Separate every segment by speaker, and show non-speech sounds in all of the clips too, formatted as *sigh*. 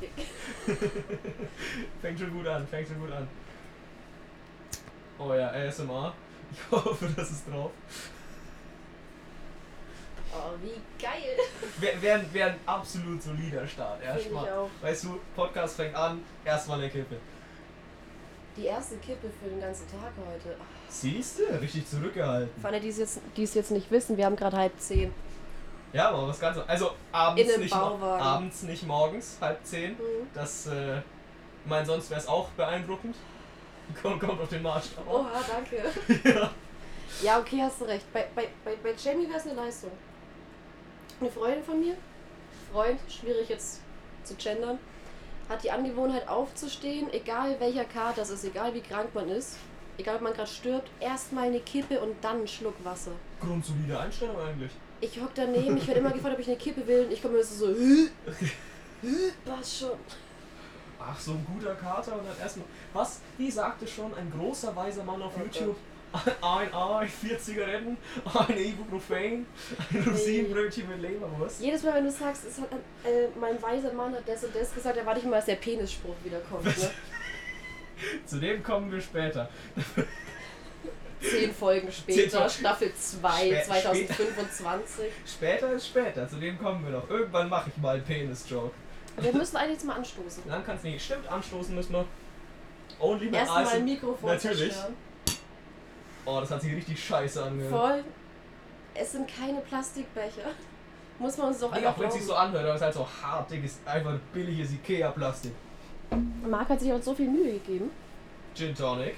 Speaker 1: Dick.
Speaker 2: fängt schon gut an, fängt schon gut an. Oh ja, ASMR. *laughs* Ich hoffe, das ist drauf.
Speaker 1: Oh, wie geil.
Speaker 2: Wäre wär, wär ein absolut solider Start.
Speaker 1: Finde ich
Speaker 2: Erstmal.
Speaker 1: auch.
Speaker 2: Weißt du, Podcast fängt an, erstmal eine Kippe.
Speaker 1: Die erste Kippe für den ganzen Tag heute. Ach,
Speaker 2: Siehst du? Richtig zurückgehalten.
Speaker 1: Für alle, die es jetzt, die es jetzt nicht wissen, wir haben gerade halb zehn.
Speaker 2: Ja, aber was ganz. Also abends
Speaker 1: In einem
Speaker 2: nicht, mo-
Speaker 1: Bauwagen.
Speaker 2: abends nicht morgens, halb zehn.
Speaker 1: Mhm.
Speaker 2: Das, äh, ich meine, sonst wäre es auch beeindruckend. *laughs* Kommt, kommt auf den Maßstab. an.
Speaker 1: Oha, danke.
Speaker 2: Ja.
Speaker 1: Ja, okay, hast du recht. Bei, bei, bei, bei Jamie wäre es eine Leistung. Eine Freundin von mir, Freund, schwierig jetzt zu gendern, hat die Angewohnheit aufzustehen, egal welcher Kater es ist, egal wie krank man ist, egal ob man gerade stirbt, erstmal eine Kippe und dann einen Schluck Wasser.
Speaker 2: Grundsolide Einstellung eigentlich.
Speaker 1: Ich hock daneben, ich werde immer gefragt, ob ich eine Kippe will und ich komme mir so, so, "Hü, hü, passt schon.
Speaker 2: Ach, so ein guter Kater und dann erstmal. Was? Wie sagte schon ein großer weiser Mann auf
Speaker 1: Oh
Speaker 2: YouTube? Ein Ei, vier Zigaretten, ein Ibuprofen, ein Rosinenbrötchen mit Leberwurst.
Speaker 1: Jedes Mal, wenn du sagst, es hat, äh, mein weiser Mann hat das und das gesagt, dann warte ich mal, dass der Penisspruch wiederkommt. Ne?
Speaker 2: Zu dem kommen wir später.
Speaker 1: Zehn Folgen später,
Speaker 2: Folgen.
Speaker 1: Staffel 2,
Speaker 2: Spä-
Speaker 1: 2025.
Speaker 2: Später ist später, zu dem kommen wir noch. Irgendwann mache ich mal einen Penis-Joke.
Speaker 1: Wir müssen eigentlich jetzt mal anstoßen.
Speaker 2: Lang kann es nicht. Stimmt, anstoßen müssen wir. Only mit
Speaker 1: Erstmal
Speaker 2: Eis
Speaker 1: ein
Speaker 2: und-
Speaker 1: Mikrofon
Speaker 2: Also, Natürlich.
Speaker 1: zerstören.
Speaker 2: Oh, das hat sich richtig scheiße angehört.
Speaker 1: Voll. Es sind keine Plastikbecher. Muss man uns doch
Speaker 2: Nee, auch
Speaker 1: einfach
Speaker 2: wenn es sich so
Speaker 1: glauben.
Speaker 2: anhört, aber es ist halt so hart, dickes, einfach billiges Ikea-Plastik.
Speaker 1: Marc hat sich auch so viel Mühe gegeben.
Speaker 2: Gin Tonic.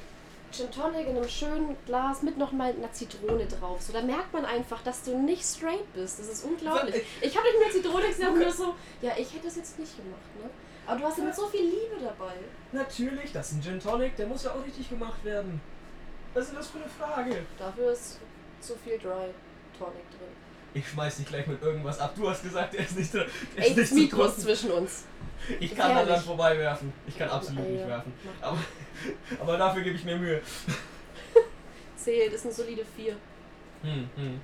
Speaker 1: Gin Tonic in einem schönen Glas mit nochmal einer Zitrone drauf. So, da merkt man einfach, dass du nicht straight bist. Das ist unglaublich. Ich habe dich mit Zitrone gesehen und nur so, ja, ich hätte es jetzt nicht gemacht, ne? Aber du hast damit so viel Liebe dabei.
Speaker 2: Natürlich, das ist ein Gin Tonic, der muss ja auch richtig gemacht werden. Was ist denn das für eine Frage?
Speaker 1: Dafür ist zu viel Dry Tonic drin.
Speaker 2: Ich schmeiß dich gleich mit irgendwas ab. Du hast gesagt, er ist nicht drin. Er *laughs*
Speaker 1: Ey,
Speaker 2: ist
Speaker 1: das
Speaker 2: nicht
Speaker 1: Mikro ist
Speaker 2: zu trinken.
Speaker 1: zwischen uns.
Speaker 2: Ich kann
Speaker 1: gefährlich.
Speaker 2: daran vorbeiwerfen. Ich kann absolut
Speaker 1: Ey,
Speaker 2: nicht
Speaker 1: ja.
Speaker 2: werfen. Aber, *laughs* aber dafür gebe ich mir Mühe.
Speaker 1: Zählt, ist eine solide 4.
Speaker 2: Hm, hm.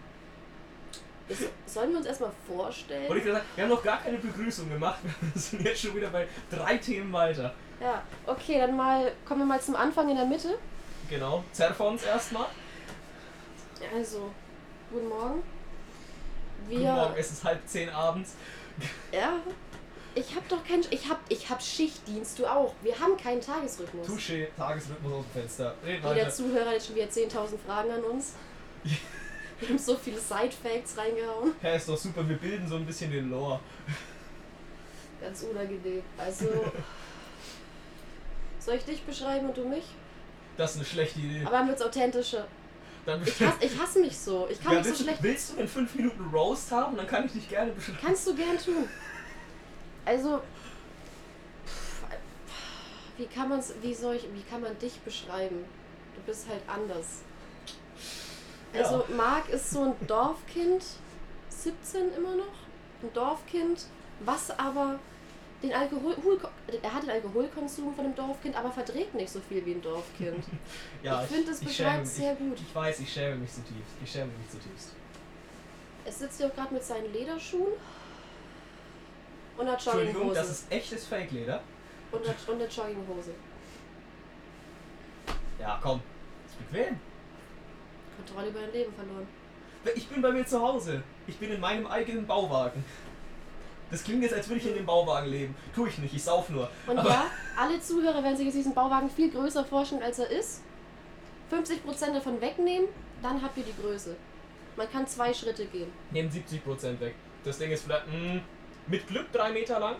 Speaker 1: Ist, sollen wir uns erstmal
Speaker 2: Und ich
Speaker 1: vorstellen?
Speaker 2: gesagt, wir haben noch gar keine Begrüßung gemacht. *laughs* Wir sind jetzt schon wieder bei drei Themen weiter.
Speaker 1: Ja, okay, dann mal kommen wir mal zum Anfang in der Mitte.
Speaker 2: Genau. Zerfons erstmal.
Speaker 1: Also, guten Morgen. Wir,
Speaker 2: Guten Morgen, es ist halb zehn abends.
Speaker 1: ja, ich hab doch keinen, ich hab, ich hab Schichtdienst, du auch. Wir haben keinen Tagesrhythmus.
Speaker 2: Touché, Tagesrhythmus aus dem Fenster. Red
Speaker 1: Jeder
Speaker 2: weiter.
Speaker 1: Zuhörer hat jetzt schon wieder 10.000 Fragen an uns. Wir haben so viele Side-Facts reingehauen.
Speaker 2: Ja, ist doch super, wir bilden so ein bisschen den Lore.
Speaker 1: Ganz unangenehm. Also, soll ich dich beschreiben und du mich?
Speaker 2: Das ist eine schlechte Idee.
Speaker 1: Aber dann wird's authentischer.
Speaker 2: Dann
Speaker 1: Ich hasse, ich hasse mich so. Ich kann
Speaker 2: Ja,
Speaker 1: mich so
Speaker 2: willst,
Speaker 1: schlecht
Speaker 2: du, willst du in fünf Minuten Roast haben? Dann kann ich dich gerne beschreiben.
Speaker 1: Kannst du gern tun. Also, pff, wie kann man's, wie soll ich, wie kann man dich beschreiben? Du bist halt anders. Also, Marc ist so ein Dorfkind, 17 immer noch, ein Dorfkind, was aber den Alkohol, er hat den Alkoholkonsum von einem Dorfkind, aber verträgt nicht so viel wie ein
Speaker 2: *laughs*
Speaker 1: Dorfkind. ich finde, das
Speaker 2: schäme
Speaker 1: beschreibt
Speaker 2: mich.
Speaker 1: sehr gut.
Speaker 2: Ich weiß, ich schäme mich zutiefst. Ich schäme mich zutiefst.
Speaker 1: Es sitzt hier auch gerade mit seinen Lederschuhen und einer
Speaker 2: Entschuldigung,
Speaker 1: Jogginghose.
Speaker 2: das ist echtes Fake-Leder.
Speaker 1: Und eine, und eine Jogginghose.
Speaker 2: Ja, komm. Ist bequem.
Speaker 1: Kontrolle über dein Leben verloren.
Speaker 2: Ich bin bei mir zu Hause. Ich bin in meinem eigenen Bauwagen. Das klingt jetzt, als würde ich in dem Bauwagen leben. Tue ich nicht, ich sauf nur.
Speaker 1: Und ja, alle Zuhörer werden sich jetzt diesen Bauwagen viel größer vorstellen, als er ist. 50% davon wegnehmen, dann habt ihr die Größe. Man kann zwei Schritte gehen.
Speaker 2: Nehmen 70% weg. Das Ding ist vielleicht mh, mit Glück drei Meter lang.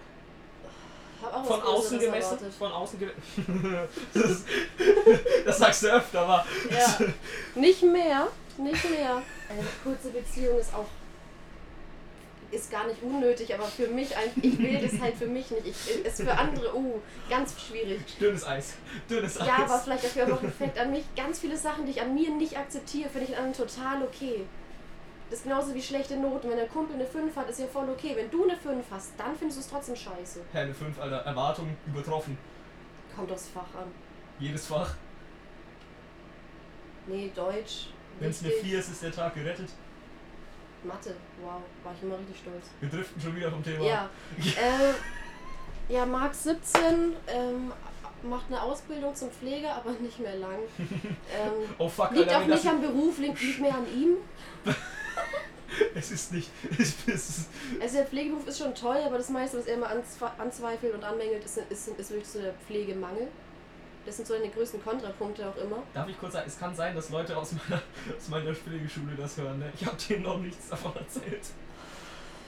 Speaker 1: Hab auch Oh, was
Speaker 2: Von
Speaker 1: Größeres
Speaker 2: außen gemessen.
Speaker 1: erwartet.
Speaker 2: Von außen gemessen. *laughs* das, das sagst du öfter, aber.
Speaker 1: Ja. Nicht mehr, nicht mehr. Eine kurze Beziehung ist auch ist gar nicht unnötig, aber für mich ein, ich will das halt für mich nicht. Ich, ist für andere, uh, ganz schwierig.
Speaker 2: Dünnes Eis. Dünnes Eis.
Speaker 1: Ja, aber vielleicht dafür auch noch ein Effekt an mich. Ganz viele Sachen, die ich an mir nicht akzeptiere, finde ich an anderen total okay. Das ist genauso wie schlechte Noten. Wenn ein Kumpel eine 5 hat, ist ja voll okay. Wenn du eine 5 hast, dann findest du es trotzdem scheiße.
Speaker 2: Helle 5, Alter. Erwartungen übertroffen.
Speaker 1: Kommt aufs Fach an.
Speaker 2: Jedes Fach.
Speaker 1: Nee, Deutsch.
Speaker 2: Wenn es eine
Speaker 1: richtig.
Speaker 2: 4 ist, ist der Tag gerettet.
Speaker 1: Mathe. Wow, war ich immer richtig stolz.
Speaker 2: Wir driften schon wieder vom Thema.
Speaker 1: Ja. ähm, Ja, Marc 17 ähm, macht eine Ausbildung zum Pfleger, aber nicht mehr lang. Ähm,
Speaker 2: *laughs* Oh fuck,
Speaker 1: liegt
Speaker 2: Alter,
Speaker 1: auch
Speaker 2: wenn das-
Speaker 1: nicht am Beruf, liegt nicht mehr an ihm.
Speaker 2: *laughs* es ist nicht. *laughs* Es ist,
Speaker 1: Also der Pflegeberuf ist schon toll, aber das meiste, was er immer anzwe anzweifelt und anmängelt, ist, ist, ist wirklich so der Pflegemangel. Das sind so seine größten Kontrapunkte auch immer.
Speaker 2: darf ich kurz sagen, es kann sein, dass Leute aus meiner, aus meiner Pflegeschule das hören. Ne? Ich habe denen noch nichts davon erzählt.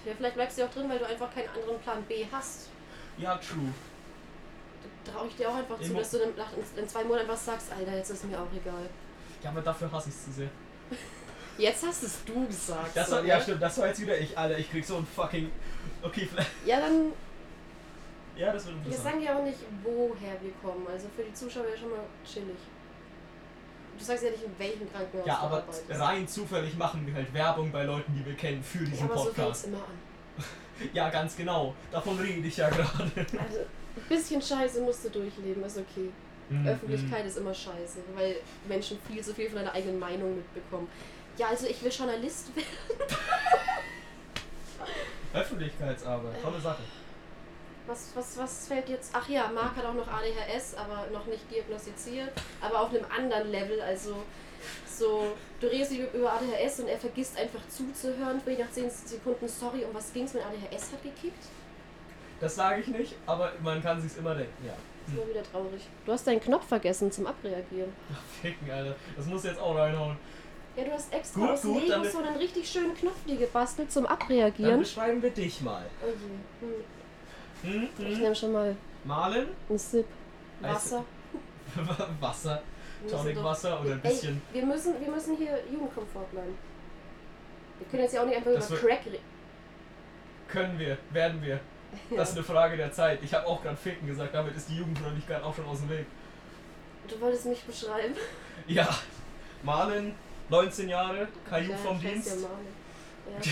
Speaker 1: Ja, vielleicht bleibst du ja auch drin, weil du einfach keinen anderen Plan B hast.
Speaker 2: Ja, true.
Speaker 1: Da traue ich dir auch einfach zu,
Speaker 2: Emo-
Speaker 1: dass du dann nach, in, in zwei Monaten was sagst, Alter, jetzt ist mir auch egal.
Speaker 2: Ja, aber dafür hasse ich es zu sehr.
Speaker 1: Jetzt hast es du gesagt.
Speaker 2: Das
Speaker 1: so,
Speaker 2: war, ja,
Speaker 1: ne?
Speaker 2: stimmt, das war jetzt wieder ich, Alter. Ich krieg so ein fucking. Okay, vielleicht. *laughs*
Speaker 1: ja, dann,
Speaker 2: Ja, das wird
Speaker 1: wir
Speaker 2: interessant.
Speaker 1: sagen ja auch nicht, woher wir kommen. Also für die Zuschauer ja schon mal chillig. Du sagst ja nicht, in welchem Krankenhaus
Speaker 2: Ja,
Speaker 1: du
Speaker 2: aber
Speaker 1: arbeitest.
Speaker 2: rein zufällig machen wir halt Werbung bei Leuten, die wir kennen, für
Speaker 1: ja,
Speaker 2: diesen
Speaker 1: aber so fängt
Speaker 2: Podcast.
Speaker 1: es immer an.
Speaker 2: ja, ganz genau. Davon rede ich ja gerade.
Speaker 1: Also, ein bisschen Scheiße musst du durchleben, ist okay.
Speaker 2: Mhm.
Speaker 1: Öffentlichkeit ist immer scheiße, weil Menschen viel zu viel von deiner eigenen Meinung mitbekommen. Ja, also ich will Journalist werden.
Speaker 2: Mhm. Öffentlichkeitsarbeit,
Speaker 1: Äh.
Speaker 2: tolle Sache.
Speaker 1: Was, was, was fällt jetzt? Ach ja, Marc hat auch noch ADHS, aber noch nicht diagnostiziert, aber auf einem anderen Level. Also so, du redest mit ihm über ADHS und er vergisst einfach zuzuhören. Für nach 10 Sekunden, sorry, um was ging's, mein ADHS hat gekickt?
Speaker 2: Das sage ich nicht, aber man kann sich's immer denken, ja.
Speaker 1: Ist immer wieder traurig. Du hast deinen Knopf vergessen zum Abreagieren.
Speaker 2: Ficken, Alter. Das muss jetzt auch reinhauen.
Speaker 1: Ja, du hast extra
Speaker 2: Gut,
Speaker 1: aus
Speaker 2: gut,
Speaker 1: Lego
Speaker 2: damit-
Speaker 1: so einen richtig schönen Knopf dir gebastelt zum
Speaker 2: Dann
Speaker 1: Abreagieren.
Speaker 2: beschreiben wir dich mal.
Speaker 1: Oh je. Hm.
Speaker 2: Hm,
Speaker 1: Ich ne-
Speaker 2: hm.
Speaker 1: nehme schon mal
Speaker 2: Malen,
Speaker 1: einen Sip
Speaker 2: Eis-
Speaker 1: Wasser.
Speaker 2: *laughs* Wasser,
Speaker 1: Wir müssen doch-
Speaker 2: Tonicwasser oder ein
Speaker 1: Ey,
Speaker 2: bisschen.
Speaker 1: wir, müssen, wir müssen hier Jugendkomfort bleiben. Wir können jetzt ja auch nicht einfach
Speaker 2: Das
Speaker 1: über
Speaker 2: wird-
Speaker 1: Crack reden.
Speaker 2: Können wir, werden wir. Das ist eine Frage der Zeit. Ich habe auch gerade Ficken gesagt, damit ist die Jugendfreundlichkeit auch schon aus dem Weg.
Speaker 1: Du wolltest mich beschreiben.
Speaker 2: Ja. Malen, 19 Jahre, KU
Speaker 1: Ja,
Speaker 2: vom
Speaker 1: ich weiß
Speaker 2: Dienst.
Speaker 1: Ja Male.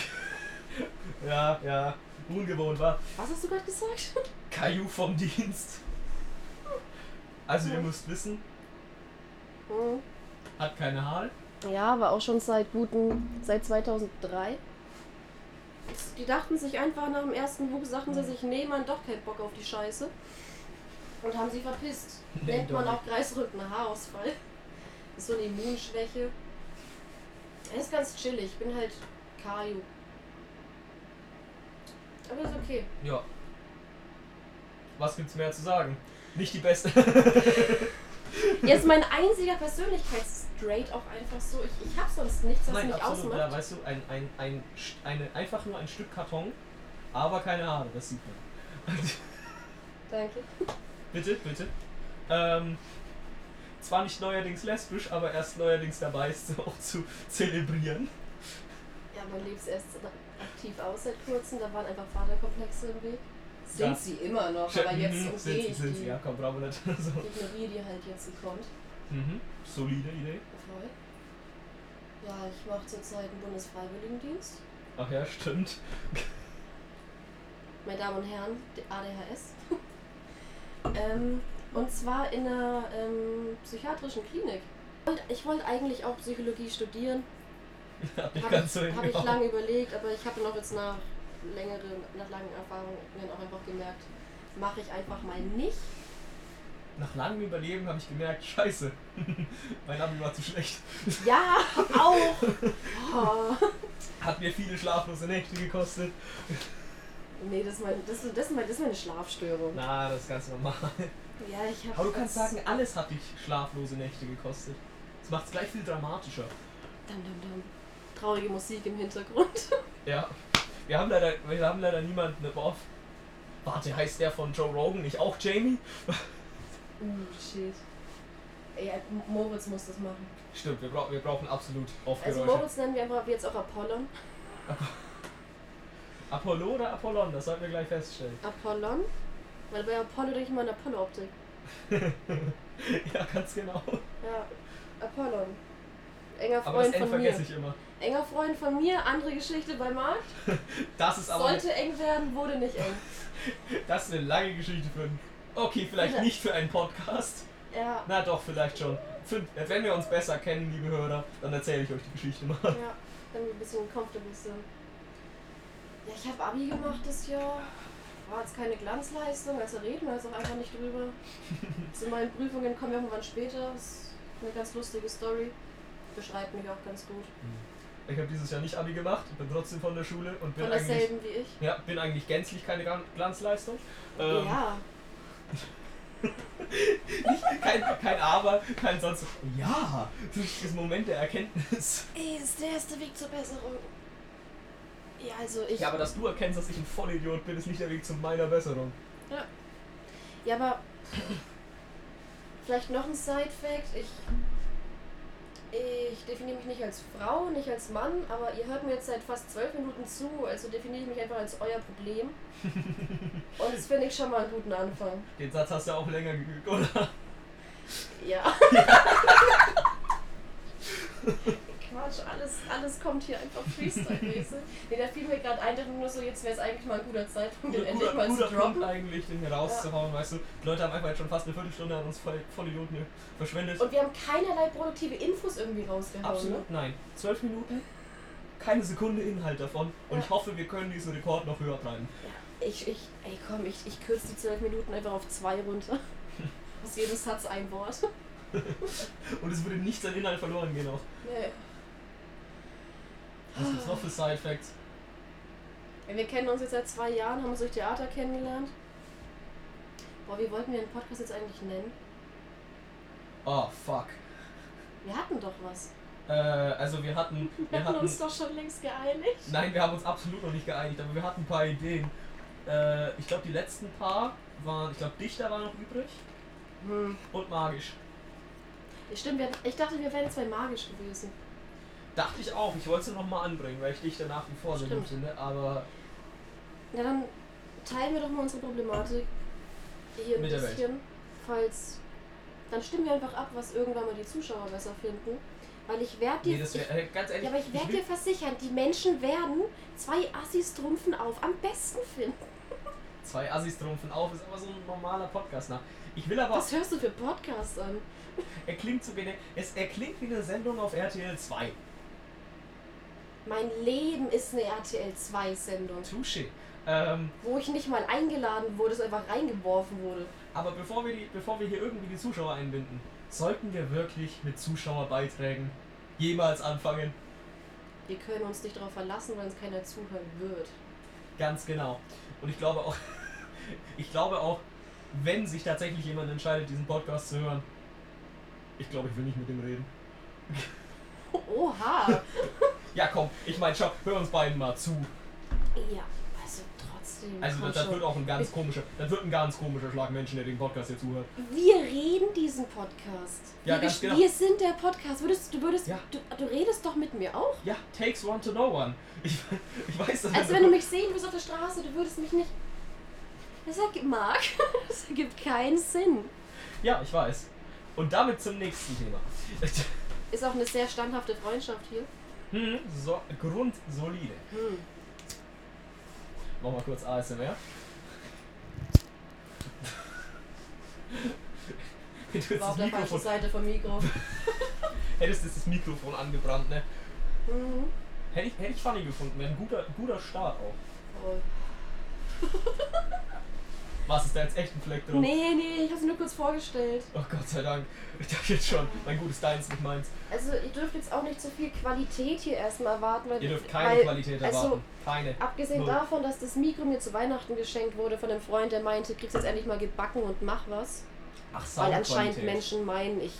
Speaker 1: ja.
Speaker 2: Ja, ja. Ungewohnt, war.
Speaker 1: Was hast du gerade gesagt?
Speaker 2: *laughs* KU vom Dienst. Also ihr
Speaker 1: Ja.
Speaker 2: müsst wissen,
Speaker 1: Hm.
Speaker 2: hat keine Haare.
Speaker 1: Ja, aber auch schon seit guten, seit 2003. Die dachten sich einfach nach dem ersten Buch, sagten sie
Speaker 2: Mhm.
Speaker 1: sich, nee, man doch keinen Bock auf die Scheiße. Und haben sie verpisst.
Speaker 2: Nee,
Speaker 1: Nennt man
Speaker 2: doch.
Speaker 1: auch Kreisrücken Haarausfall. Ist so eine Immunschwäche. Das ist ganz chillig. Ich bin halt Kaju. Aber ist okay.
Speaker 2: Ja. Was gibt's mehr zu sagen? Nicht die beste.
Speaker 1: Jetzt mein einziger Persönlichkeitsstraight auch einfach so. Ich, ich hab sonst nichts, was
Speaker 2: Nein,
Speaker 1: mich
Speaker 2: absolut. Ja,
Speaker 1: ausmacht.
Speaker 2: weißt du, ein, ein, ein, St- eine, einfach nur ein Stück Karton, aber keine Haare, das sieht man.
Speaker 1: Danke.
Speaker 2: bitte, bitte. Ähm, zwar nicht neuerdings lesbisch, aber erst neuerdings dabei ist *laughs* auch zu zelebrieren.
Speaker 1: Ja, man lebt es erst aktiv aus seit kurzem, da waren einfach Vaterkomplexe im Weg. Sind
Speaker 2: Ja.
Speaker 1: sie immer noch, aber jetzt
Speaker 2: Mhm,
Speaker 1: umgehe
Speaker 2: sind,
Speaker 1: ich
Speaker 2: sind,
Speaker 1: die.
Speaker 2: ja, komm, brauchen wir nicht. *laughs* So.
Speaker 1: Ich ignoriere die halt jetzt, die kommt.
Speaker 2: Mhm. Solide Idee.
Speaker 1: Voll. Ja, ich mache zurzeit einen Bundesfreiwilligendienst.
Speaker 2: Ach ja, stimmt. *laughs*
Speaker 1: Meine Damen und Herren, die ADHS. *laughs* ähm, und zwar in einer ähm, psychiatrischen Klinik. Und Ich wollte eigentlich auch Psychologie studieren,
Speaker 2: Hab ich
Speaker 1: Habe
Speaker 2: ganz
Speaker 1: ich,
Speaker 2: so genau.
Speaker 1: hab ich
Speaker 2: hingehauen.
Speaker 1: lange überlegt, aber ich habe noch jetzt nach längeren, nach langen Erfahrungen auch einfach gemerkt, mache ich einfach mal
Speaker 2: *laughs*
Speaker 1: nicht.
Speaker 2: Nach langem Überleben habe ich gemerkt, scheiße, *laughs* mein Abi war zu schlecht.
Speaker 1: Ja, auch! Oh.
Speaker 2: Hat mir viele schlaflose Nächte gekostet.
Speaker 1: Nee, das ist, mein, das, ist- das, ist mein, das ist meine Schlafstörung.
Speaker 2: Na, das ist ganz normal.
Speaker 1: Ja, ich habe.
Speaker 2: Aber du kannst sagen, alles hat dich schlaflose Nächte gekostet. Das macht es gleich viel dramatischer.
Speaker 1: Dam, dam, dam. Traurige Musik
Speaker 2: *laughs*
Speaker 1: im Hintergrund.
Speaker 2: Ja. Wir haben leider, wir haben leider niemanden im Off. Warte, heißt der von Joe Rogan nicht auch Jamie? Mm,
Speaker 1: Uh, shit. Ja, äh, Moritz muss das machen.
Speaker 2: Stimmt, wir, brau- wir brauchen absolut
Speaker 1: Also,
Speaker 2: Off-Geräusche.
Speaker 1: Moritz nennen wir einfach jetzt auch Apollon.
Speaker 2: Apollo oder Apollon, das sollten wir gleich feststellen. *laughs*
Speaker 1: Apollon? Weil bei Apollo denke ich mal an Apollo-Optik.
Speaker 2: ja, ganz genau.
Speaker 1: Ja, Apollon. Enger
Speaker 2: Aber das
Speaker 1: Freund
Speaker 2: Ende
Speaker 1: von mir.
Speaker 2: vergesse ich immer.
Speaker 1: Enger Freund von mir, andere Geschichte bei Marc.
Speaker 2: Das ist aber
Speaker 1: Sollte eng werden, wurde nicht eng.
Speaker 2: das ist eine lange Geschichte für einen. Okay, vielleicht nicht für einen Podcast.
Speaker 1: Ja,
Speaker 2: Na doch, vielleicht schon. Fünf- Wenn wir uns besser kennen, liebe Hörer, dann erzähle ich euch die Geschichte mal.
Speaker 1: ja, wenn wir ein bisschen comfortable sind. Ja, ich habe Abi gemacht das Jahr. war jetzt keine Glanzleistung, also reden wir jetzt auch einfach nicht
Speaker 2: *laughs*
Speaker 1: drüber. Zu meinen Prüfungen kommen wir irgendwann später. Das ist eine ganz lustige Story. Beschreibt mich auch ganz gut.
Speaker 2: Ich habe dieses Jahr nicht Abi gemacht, bin trotzdem von der Schule und bin
Speaker 1: Von
Speaker 2: eigentlich.
Speaker 1: derselben wie ich.
Speaker 2: Ja, bin eigentlich gänzlich keine Gan- Glanzleistung. Ähm,
Speaker 1: Ja,
Speaker 2: *laughs* kein, kein Aber, kein sonst. Ja, das ist das Moment der Erkenntnis.
Speaker 1: Ey, ist der erste Weg zur Besserung. Ja, also ich.
Speaker 2: Ja, aber dass du erkennst, dass ich ein Vollidiot bin, ist nicht der Weg zu meiner Besserung.
Speaker 1: Ja, aber vielleicht noch ein Side-Fact. Ich, ich definiere mich nicht als Frau, nicht als Mann, aber ihr hört mir jetzt seit fast zwölf Minuten zu, also definiere ich mich einfach als euer Problem. Und das finde ich schon mal einen guten Anfang.
Speaker 2: Den Satz hast du auch länger geübt, oder?
Speaker 1: Ja. Quatsch, alles, alles kommt hier einfach Freestyle-mäßig. Nee, da fiel mir gerade ein, dachte nur so, jetzt wäre es eigentlich mal ein guter Zeitpunkt, den endlich mal zu droppen.
Speaker 2: Punkt eigentlich, den hier rauszuhauen, weißt du. Die Leute haben einfach jetzt schon fast eine Viertelstunde an uns voll, Vollidioten hier verschwendet.
Speaker 1: Und wir haben keinerlei produktive Infos irgendwie rausgehauen. Ne?
Speaker 2: Absolut nein. Zwölf Minuten, keine Sekunde Inhalt davon. Und
Speaker 1: Ja.
Speaker 2: ich hoffe, wir können diesen Rekord noch höher treiben.
Speaker 1: Ich, ich, ey komm, ich, ich kürze die zwölf Minuten einfach auf zwei
Speaker 2: *laughs*
Speaker 1: runter. Aus jedem Satz ein Wort.
Speaker 2: Und es würde nichts an Inhalt verloren gehen auch.
Speaker 1: Nee.
Speaker 2: Was gibt's noch für Side-Facts?
Speaker 1: Ja, Wir kennen uns jetzt seit zwei Jahren, haben uns durch Theater kennengelernt. Boah, wie wollten wir den Podcast jetzt eigentlich nennen?
Speaker 2: Oh, fuck.
Speaker 1: Wir hatten doch was.
Speaker 2: Äh, also wir hatten...
Speaker 1: Wir
Speaker 2: Wir
Speaker 1: hatten
Speaker 2: hatten
Speaker 1: uns doch schon längst geeinigt.
Speaker 2: Nein, wir haben uns absolut noch nicht geeinigt, aber wir hatten ein paar Ideen. Äh, ich glaube, die letzten paar waren, ich glaube, Dichter war noch übrig
Speaker 1: Hm.
Speaker 2: und magisch.
Speaker 1: Stimmt, wir, ich dachte, wir wären zwei magisch gewesen.
Speaker 2: Dachte ich auch, ich wollte es nur noch mal anbringen, weil ich Dichter nach wie vor sehr
Speaker 1: Stimmt.
Speaker 2: gut finde, aber
Speaker 1: Na dann teilen wir doch mal unsere Problematik hier ein
Speaker 2: Mit der Welt.
Speaker 1: bisschen. Falls. Dann stimmen wir einfach ab, was irgendwann mal die Zuschauer besser finden. Weil ich werde dir.
Speaker 2: nee, das wär, äh, ganz
Speaker 1: ich,
Speaker 2: ehrlich,
Speaker 1: ja, aber ich werde
Speaker 2: will-
Speaker 1: dir versichern, die Menschen werden zwei Assis trumpfen auf am besten finden.
Speaker 2: zwei Assis trumpfen auf, ist aber so ein normaler Podcast nach. Ich will aber,
Speaker 1: Was hörst du für Podcasts an?
Speaker 2: er klingt so gene- es er klingt wie eine Sendung auf RTL 2.
Speaker 1: Mein Leben ist eine RTL 2 Sendung,
Speaker 2: Touché. Ähm,
Speaker 1: wo ich nicht mal eingeladen wurde, es einfach reingeworfen wurde.
Speaker 2: aber bevor wir, die, bevor wir hier irgendwie die Zuschauer einbinden, sollten wir wirklich mit Zuschauerbeiträgen jemals anfangen?
Speaker 1: Wir können uns nicht darauf verlassen, weil uns keiner zuhören wird.
Speaker 2: Ganz genau. Und ich glaube auch, *laughs* ich glaube auch, wenn sich tatsächlich jemand entscheidet, diesen Podcast zu hören, ich glaube, ich will nicht mit dem reden.
Speaker 1: Oha!
Speaker 2: *laughs* Ja, komm, ich meine, schau, hör uns beiden mal zu.
Speaker 1: Ja, also trotzdem.
Speaker 2: Also,
Speaker 1: komm
Speaker 2: das, das
Speaker 1: schon.
Speaker 2: wird auch ein ganz komischer, das wird ein ganz komischer Schlag Menschen, der den Podcast hier zuhört.
Speaker 1: Wir reden diesen Podcast.
Speaker 2: Ja,
Speaker 1: wir,
Speaker 2: ganz genau.
Speaker 1: wir sind der Podcast. Würdest, du, würdest,
Speaker 2: Ja.
Speaker 1: du, du redest doch mit mir auch.
Speaker 2: Ja, takes one to know one. Ich, ich weiß das
Speaker 1: Also, wenn du mich sehen würdest auf der Straße, du würdest mich nicht. Das ergibt, *laughs* Marc, das ergibt keinen Sinn.
Speaker 2: Ja, ich weiß. Und damit zum nächsten Thema. *laughs*
Speaker 1: Ist auch eine sehr standhafte Freundschaft hier.
Speaker 2: Hm, so, grundsolide.
Speaker 1: Hm.
Speaker 2: Mach mal kurz *laughs* ASMR. Wenn du jetzt
Speaker 1: War
Speaker 2: das
Speaker 1: auf der falschen
Speaker 2: Mikrofon,
Speaker 1: Seite vom Mikro.
Speaker 2: hättest jetzt das Mikrofon angebrannt, ne?
Speaker 1: Mhm.
Speaker 2: Hätte ich, hätte ich funny gefunden, wäre ein guter, guter Start auch.
Speaker 1: Oh.
Speaker 2: Was ist da jetzt echt ein Fleck drauf?
Speaker 1: Nee, nee, ich hab's nur kurz vorgestellt.
Speaker 2: Oh Gott sei Dank. Ich dachte jetzt schon, mein gutes Deins, nicht meins.
Speaker 1: Also, ihr dürft jetzt auch nicht so viel Qualität hier erstmal erwarten. Weil,
Speaker 2: Ihr dürft keine
Speaker 1: weil,
Speaker 2: Qualität erwarten.
Speaker 1: Also,
Speaker 2: keine.
Speaker 1: Abgesehen
Speaker 2: Null.
Speaker 1: davon, dass das Mikro mir zu Weihnachten geschenkt wurde von einem Freund, der meinte, kriegst jetzt endlich mal gebacken und mach was.
Speaker 2: Ach,
Speaker 1: Weil anscheinend
Speaker 2: Soundqualität.
Speaker 1: Menschen meinen, ich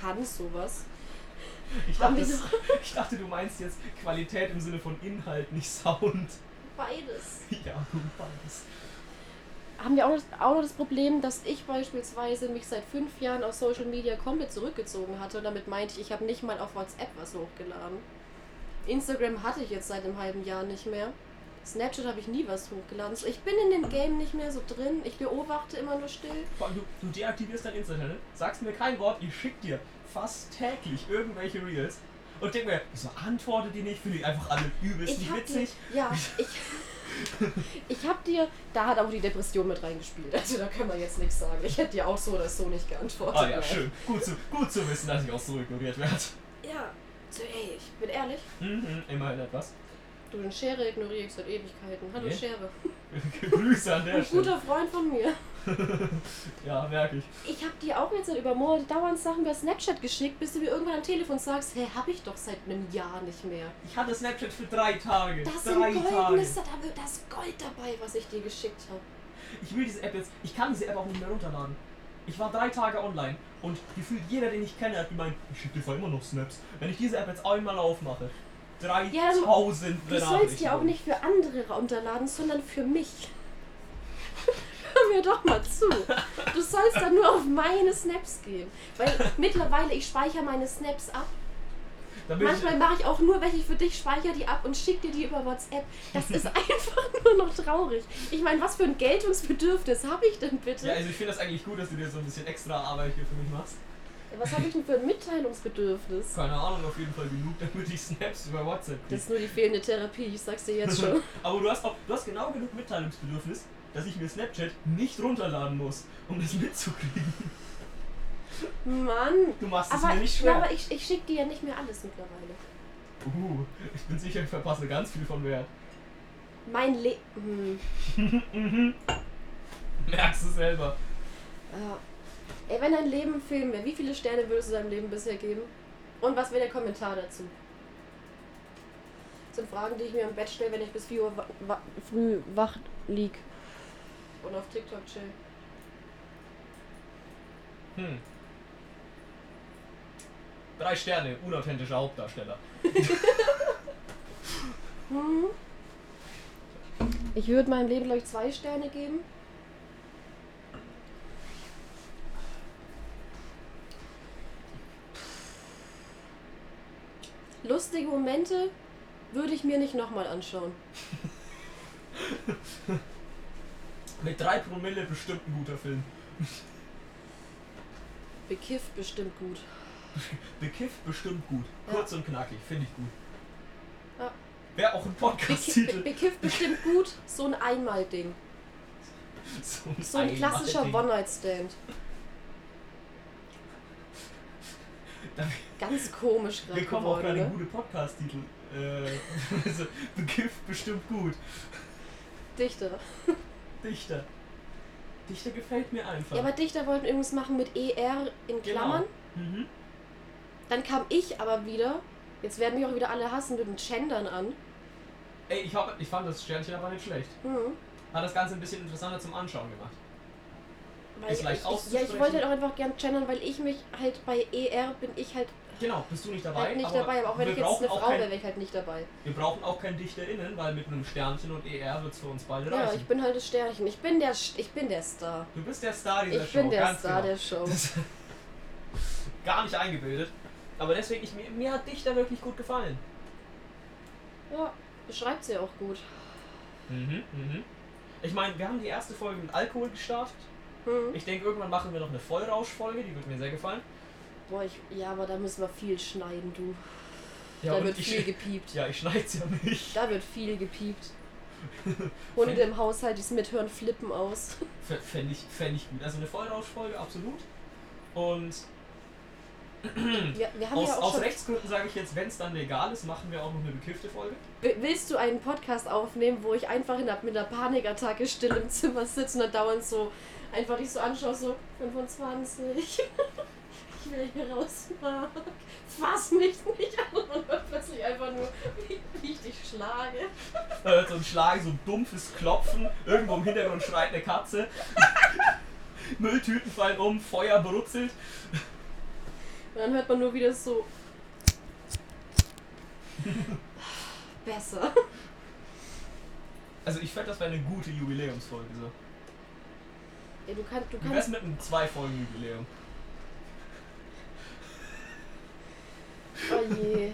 Speaker 1: kann sowas.
Speaker 2: Ich
Speaker 1: Haben
Speaker 2: dachte,
Speaker 1: wir
Speaker 2: ich dachte, du meinst jetzt Qualität im Sinne von Inhalt, nicht Sound. *laughs*
Speaker 1: Beides.
Speaker 2: Ja, du beides.
Speaker 1: Haben wir auch noch, auch noch das Problem, dass ich beispielsweise mich seit fünf Jahren aus Social Media komplett zurückgezogen hatte und damit meinte ich, ich habe nicht mal auf WhatsApp was hochgeladen. Instagram hatte ich jetzt seit einem halben Jahr nicht mehr. Snapchat habe ich nie was hochgeladen. So, Ich bin in dem Game nicht mehr so drin. Ich beobachte immer nur still.
Speaker 2: Vor allem, du, du deaktivierst dein Insta-Channel, sagst mir kein Wort, ich schick dir fast täglich irgendwelche Reels und denk mir, wieso antwortet die nicht? Finde ich einfach alle übelst nicht
Speaker 1: hab
Speaker 2: witzig.
Speaker 1: Dir, ja, ich, *laughs* ich hab dir, da hat auch die Depression mit reingespielt. Also da kann man jetzt nichts sagen. Ich hätte dir auch so oder so nicht geantwortet.
Speaker 2: Ah ja, schön. Gut zu, gut zu wissen, *laughs* dass ich auch so ignoriert werde.
Speaker 1: Ja, so ey, ich bin ehrlich. *laughs*
Speaker 2: Mhm, immerhin etwas.
Speaker 1: Du, den Schere ignoriere ich seit Ewigkeiten. Hallo
Speaker 2: Nee.
Speaker 1: Schere.
Speaker 2: Grüße an der
Speaker 1: Ein
Speaker 2: Stelle.
Speaker 1: guter Freund von mir.
Speaker 2: ja, merke ich.
Speaker 1: Ich habe dir auch jetzt über Monate dauernd Sachen über Snapchat geschickt, bis du mir irgendwann am Telefon sagst, hey, hab ich doch seit einem Jahr nicht mehr.
Speaker 2: Ich hatte Snapchat für drei Tage.
Speaker 1: Das sind
Speaker 2: drei Tage.
Speaker 1: goldenes, da wird das Gold dabei, was ich dir geschickt habe.
Speaker 2: Ich will diese App jetzt. Ich kann diese App auch nicht mehr runterladen. Ich war drei Tage online und gefühlt jeder, den ich kenne, hat gemeint, ich schicke dir vor immer noch Snaps. Wenn ich diese App jetzt einmal aufmache, 3000
Speaker 1: Ja, du- Du sollst ja auch
Speaker 2: Benachrichtigungen.
Speaker 1: nicht für andere runterladen, sondern für mich. *laughs* Hör mir doch mal zu. Du sollst dann nur auf meine Snaps gehen. Weil mittlerweile, ich speichere meine Snaps ab.
Speaker 2: Damit
Speaker 1: Manchmal mache ich auch nur welche für dich, speichere die ab und schicke dir die über WhatsApp. Das ist *laughs* einfach nur noch traurig. Ich meine, was für ein Geltungsbedürfnis habe ich denn
Speaker 2: ich, ja,
Speaker 1: bitte?
Speaker 2: also ich finde das eigentlich gut, dass du dir so ein bisschen extra Arbeit hier für mich machst.
Speaker 1: Was habe ich denn für ein Mitteilungsbedürfnis?
Speaker 2: Keine Ahnung, auf jeden Fall genug, damit ich Snaps über WhatsApp kriege.
Speaker 1: Das ist nur die fehlende Therapie, ich sag's dir
Speaker 2: *laughs*
Speaker 1: jetzt schon.
Speaker 2: Aber du hast, auch, du hast genau genug Mitteilungsbedürfnis, dass ich mir Snapchat nicht runterladen muss, um das mitzukriegen.
Speaker 1: Mann!
Speaker 2: Du machst es
Speaker 1: Aber,
Speaker 2: mir nicht
Speaker 1: ja,
Speaker 2: schwer.
Speaker 1: aber ich, ich schicke dir ja nicht mehr alles mittlerweile.
Speaker 2: uh, ich bin sicher, ich verpasse ganz viel von Wert.
Speaker 1: Mein Leben. Hm.
Speaker 2: Merkst du selber.
Speaker 1: Ja. Ey, wenn dein Leben ein Film wäre, wie viele Sterne würdest du deinem Leben bisher geben? Und was wäre der Kommentar dazu? Das sind Fragen, die ich mir im Bett stelle, wenn ich bis 4 Uhr wa wa früh wach lieg. Und auf TikTok chill.
Speaker 2: Hm. Drei Sterne, unauthentischer Hauptdarsteller.
Speaker 1: Hm. Ich würde meinem Leben, glaube ich, zwei Sterne geben. Lustige Momente würde ich mir nicht nochmal anschauen.
Speaker 2: Mit drei Promille bestimmt ein guter Film.
Speaker 1: Bekifft bestimmt gut.
Speaker 2: Bekifft bestimmt gut.
Speaker 1: Ja.
Speaker 2: Kurz und knackig, finde ich gut.
Speaker 1: Ja.
Speaker 2: Wäre auch ein
Speaker 1: Beki-
Speaker 2: Podcast-Titel.
Speaker 1: Be bekifft bestimmt gut, so ein Einmal-Ding. So ein klassischer
Speaker 2: Einmal-Ding.
Speaker 1: One-Night-Stand. Ganz komisch gerade
Speaker 2: Wir kommen auch
Speaker 1: geworden.
Speaker 2: gerade
Speaker 1: Ne?
Speaker 2: gute Podcast-Titel. Äh, *laughs* also, Bekifft bestimmt gut.
Speaker 1: Dichter.
Speaker 2: Dichter. Dichter gefällt mir einfach.
Speaker 1: Ja, aber Dichter wollten irgendwas machen mit ER
Speaker 2: Genau.
Speaker 1: in Klammern.
Speaker 2: Mhm.
Speaker 1: Dann kam ich aber wieder. Jetzt werden mich auch wieder alle hassen mit dem Gendern an.
Speaker 2: Ey, ich, hab, ich fand das Sternchen aber nicht schlecht.
Speaker 1: Hm.
Speaker 2: Hat das Ganze ein bisschen interessanter zum Anschauen gemacht.
Speaker 1: Weil
Speaker 2: Ist leicht
Speaker 1: ich, ich, ja, ich
Speaker 2: auszusprechen.
Speaker 1: wollte halt auch einfach gern gendern, weil ich mich halt bei ER bin ich halt,
Speaker 2: Genau, bist du nicht dabei?
Speaker 1: halt nicht dabei. Aber auch wenn
Speaker 2: wir
Speaker 1: ich jetzt
Speaker 2: brauchen
Speaker 1: eine
Speaker 2: auch
Speaker 1: Frau
Speaker 2: kein-
Speaker 1: wäre, wäre ich halt nicht dabei.
Speaker 2: Wir brauchen auch kein DichterInnen, weil mit einem Sternchen und ER wird es für uns beide
Speaker 1: Ja,
Speaker 2: reichen.
Speaker 1: ich bin halt das Sternchen. Ich bin der, Sch- ich bin der Star.
Speaker 2: du bist der Star dieser
Speaker 1: ich
Speaker 2: Show.
Speaker 1: bin der
Speaker 2: ganz
Speaker 1: Star
Speaker 2: genau.
Speaker 1: der Show.
Speaker 2: Das- *laughs* Gar nicht eingebildet. Aber deswegen, ich, mir, mir hat Dichter wirklich gut gefallen.
Speaker 1: Ja, beschreibt sie auch gut.
Speaker 2: Mhm, mhm. Ich meine, wir haben die erste Folge mit Alkohol gestartet.
Speaker 1: Hm.
Speaker 2: Ich denke, irgendwann machen wir noch eine Vollrausch-Folge, die wird mir sehr gefallen.
Speaker 1: Boah, ich, ja, aber da müssen wir viel schneiden, du.
Speaker 2: Ja,
Speaker 1: da
Speaker 2: und
Speaker 1: wird
Speaker 2: ich,
Speaker 1: viel gepiept.
Speaker 2: ja, ich schneid's ja nicht.
Speaker 1: Da wird
Speaker 2: *laughs*
Speaker 1: viel gepiept. Hunde im Haushalt, die's mithören, flippen aus.
Speaker 2: F- Fänd ich, fänd ich gut. Also eine Vollrausch-Folge, absolut. Und
Speaker 1: Wir, wir haben
Speaker 2: aus,
Speaker 1: ja auch
Speaker 2: aus
Speaker 1: schon
Speaker 2: Rechtsgründen sage ich jetzt, wenn es dann legal ist, machen wir auch noch eine bekiffte Folge.
Speaker 1: Will- Willst du einen Podcast aufnehmen, wo ich einfach in der, mit einer Panikattacke still im Zimmer sitze und dann dauernd so einfach dich so anschaue, so 25, *laughs* ich will hier raus, Marc, fass mich nicht an und dann plötzlich einfach nur, wie, wie ich dich schlage.
Speaker 2: Da hört so ein Schlag, so ein dumpfes Klopfen, irgendwo im Hintergrund schreit eine Katze. *laughs* Mülltüten fallen um, Feuer brutzelt.
Speaker 1: Und dann hört man nur wieder so, *laughs* besser.
Speaker 2: Also ich fände, das wäre eine gute Jubiläumsfolge. So.
Speaker 1: Ja, du, kannst, du
Speaker 2: Wie wär's
Speaker 1: kannst,
Speaker 2: mit einem Zwei-Folgen-Jubiläum?
Speaker 1: oh je.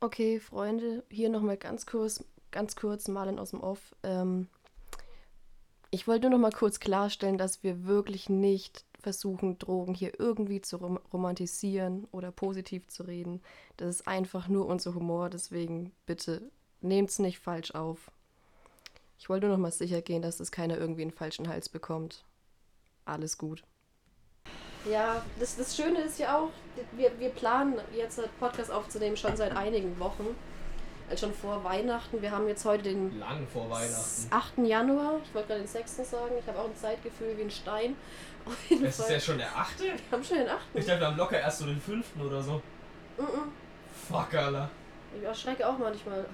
Speaker 1: Okay, Freunde, hier nochmal ganz kurz, ganz kurz Malen aus dem Off. Ähm, ich wollte nur nochmal kurz klarstellen, dass wir wirklich nicht versuchen, Drogen hier irgendwie zu rom romantisieren oder positiv zu reden. Das ist einfach nur unser Humor, deswegen bitte nehmt's nicht falsch auf. Ich wollte nur nochmal sicher gehen, dass das keiner irgendwie einen falschen Hals bekommt. Alles gut. Ja, das, das Schöne ist ja auch, wir, wir planen jetzt einen Podcast aufzunehmen schon seit einigen Wochen. Äh, schon vor Weihnachten. Wir haben jetzt heute den
Speaker 2: Lang vor Weihnachten.
Speaker 1: 8. Januar. Ich wollte gerade den 6. sagen. Ich habe auch ein Zeitgefühl wie ein Stein. *laughs* Auf jeden
Speaker 2: Es ist
Speaker 1: Fall.
Speaker 2: ja schon der achte?
Speaker 1: Wir haben schon den 8.
Speaker 2: Ich dachte, wir haben locker erst so den fünften oder so.
Speaker 1: Mhm.
Speaker 2: Fuck, Alter.
Speaker 1: Ich erschrecke auch manchmal.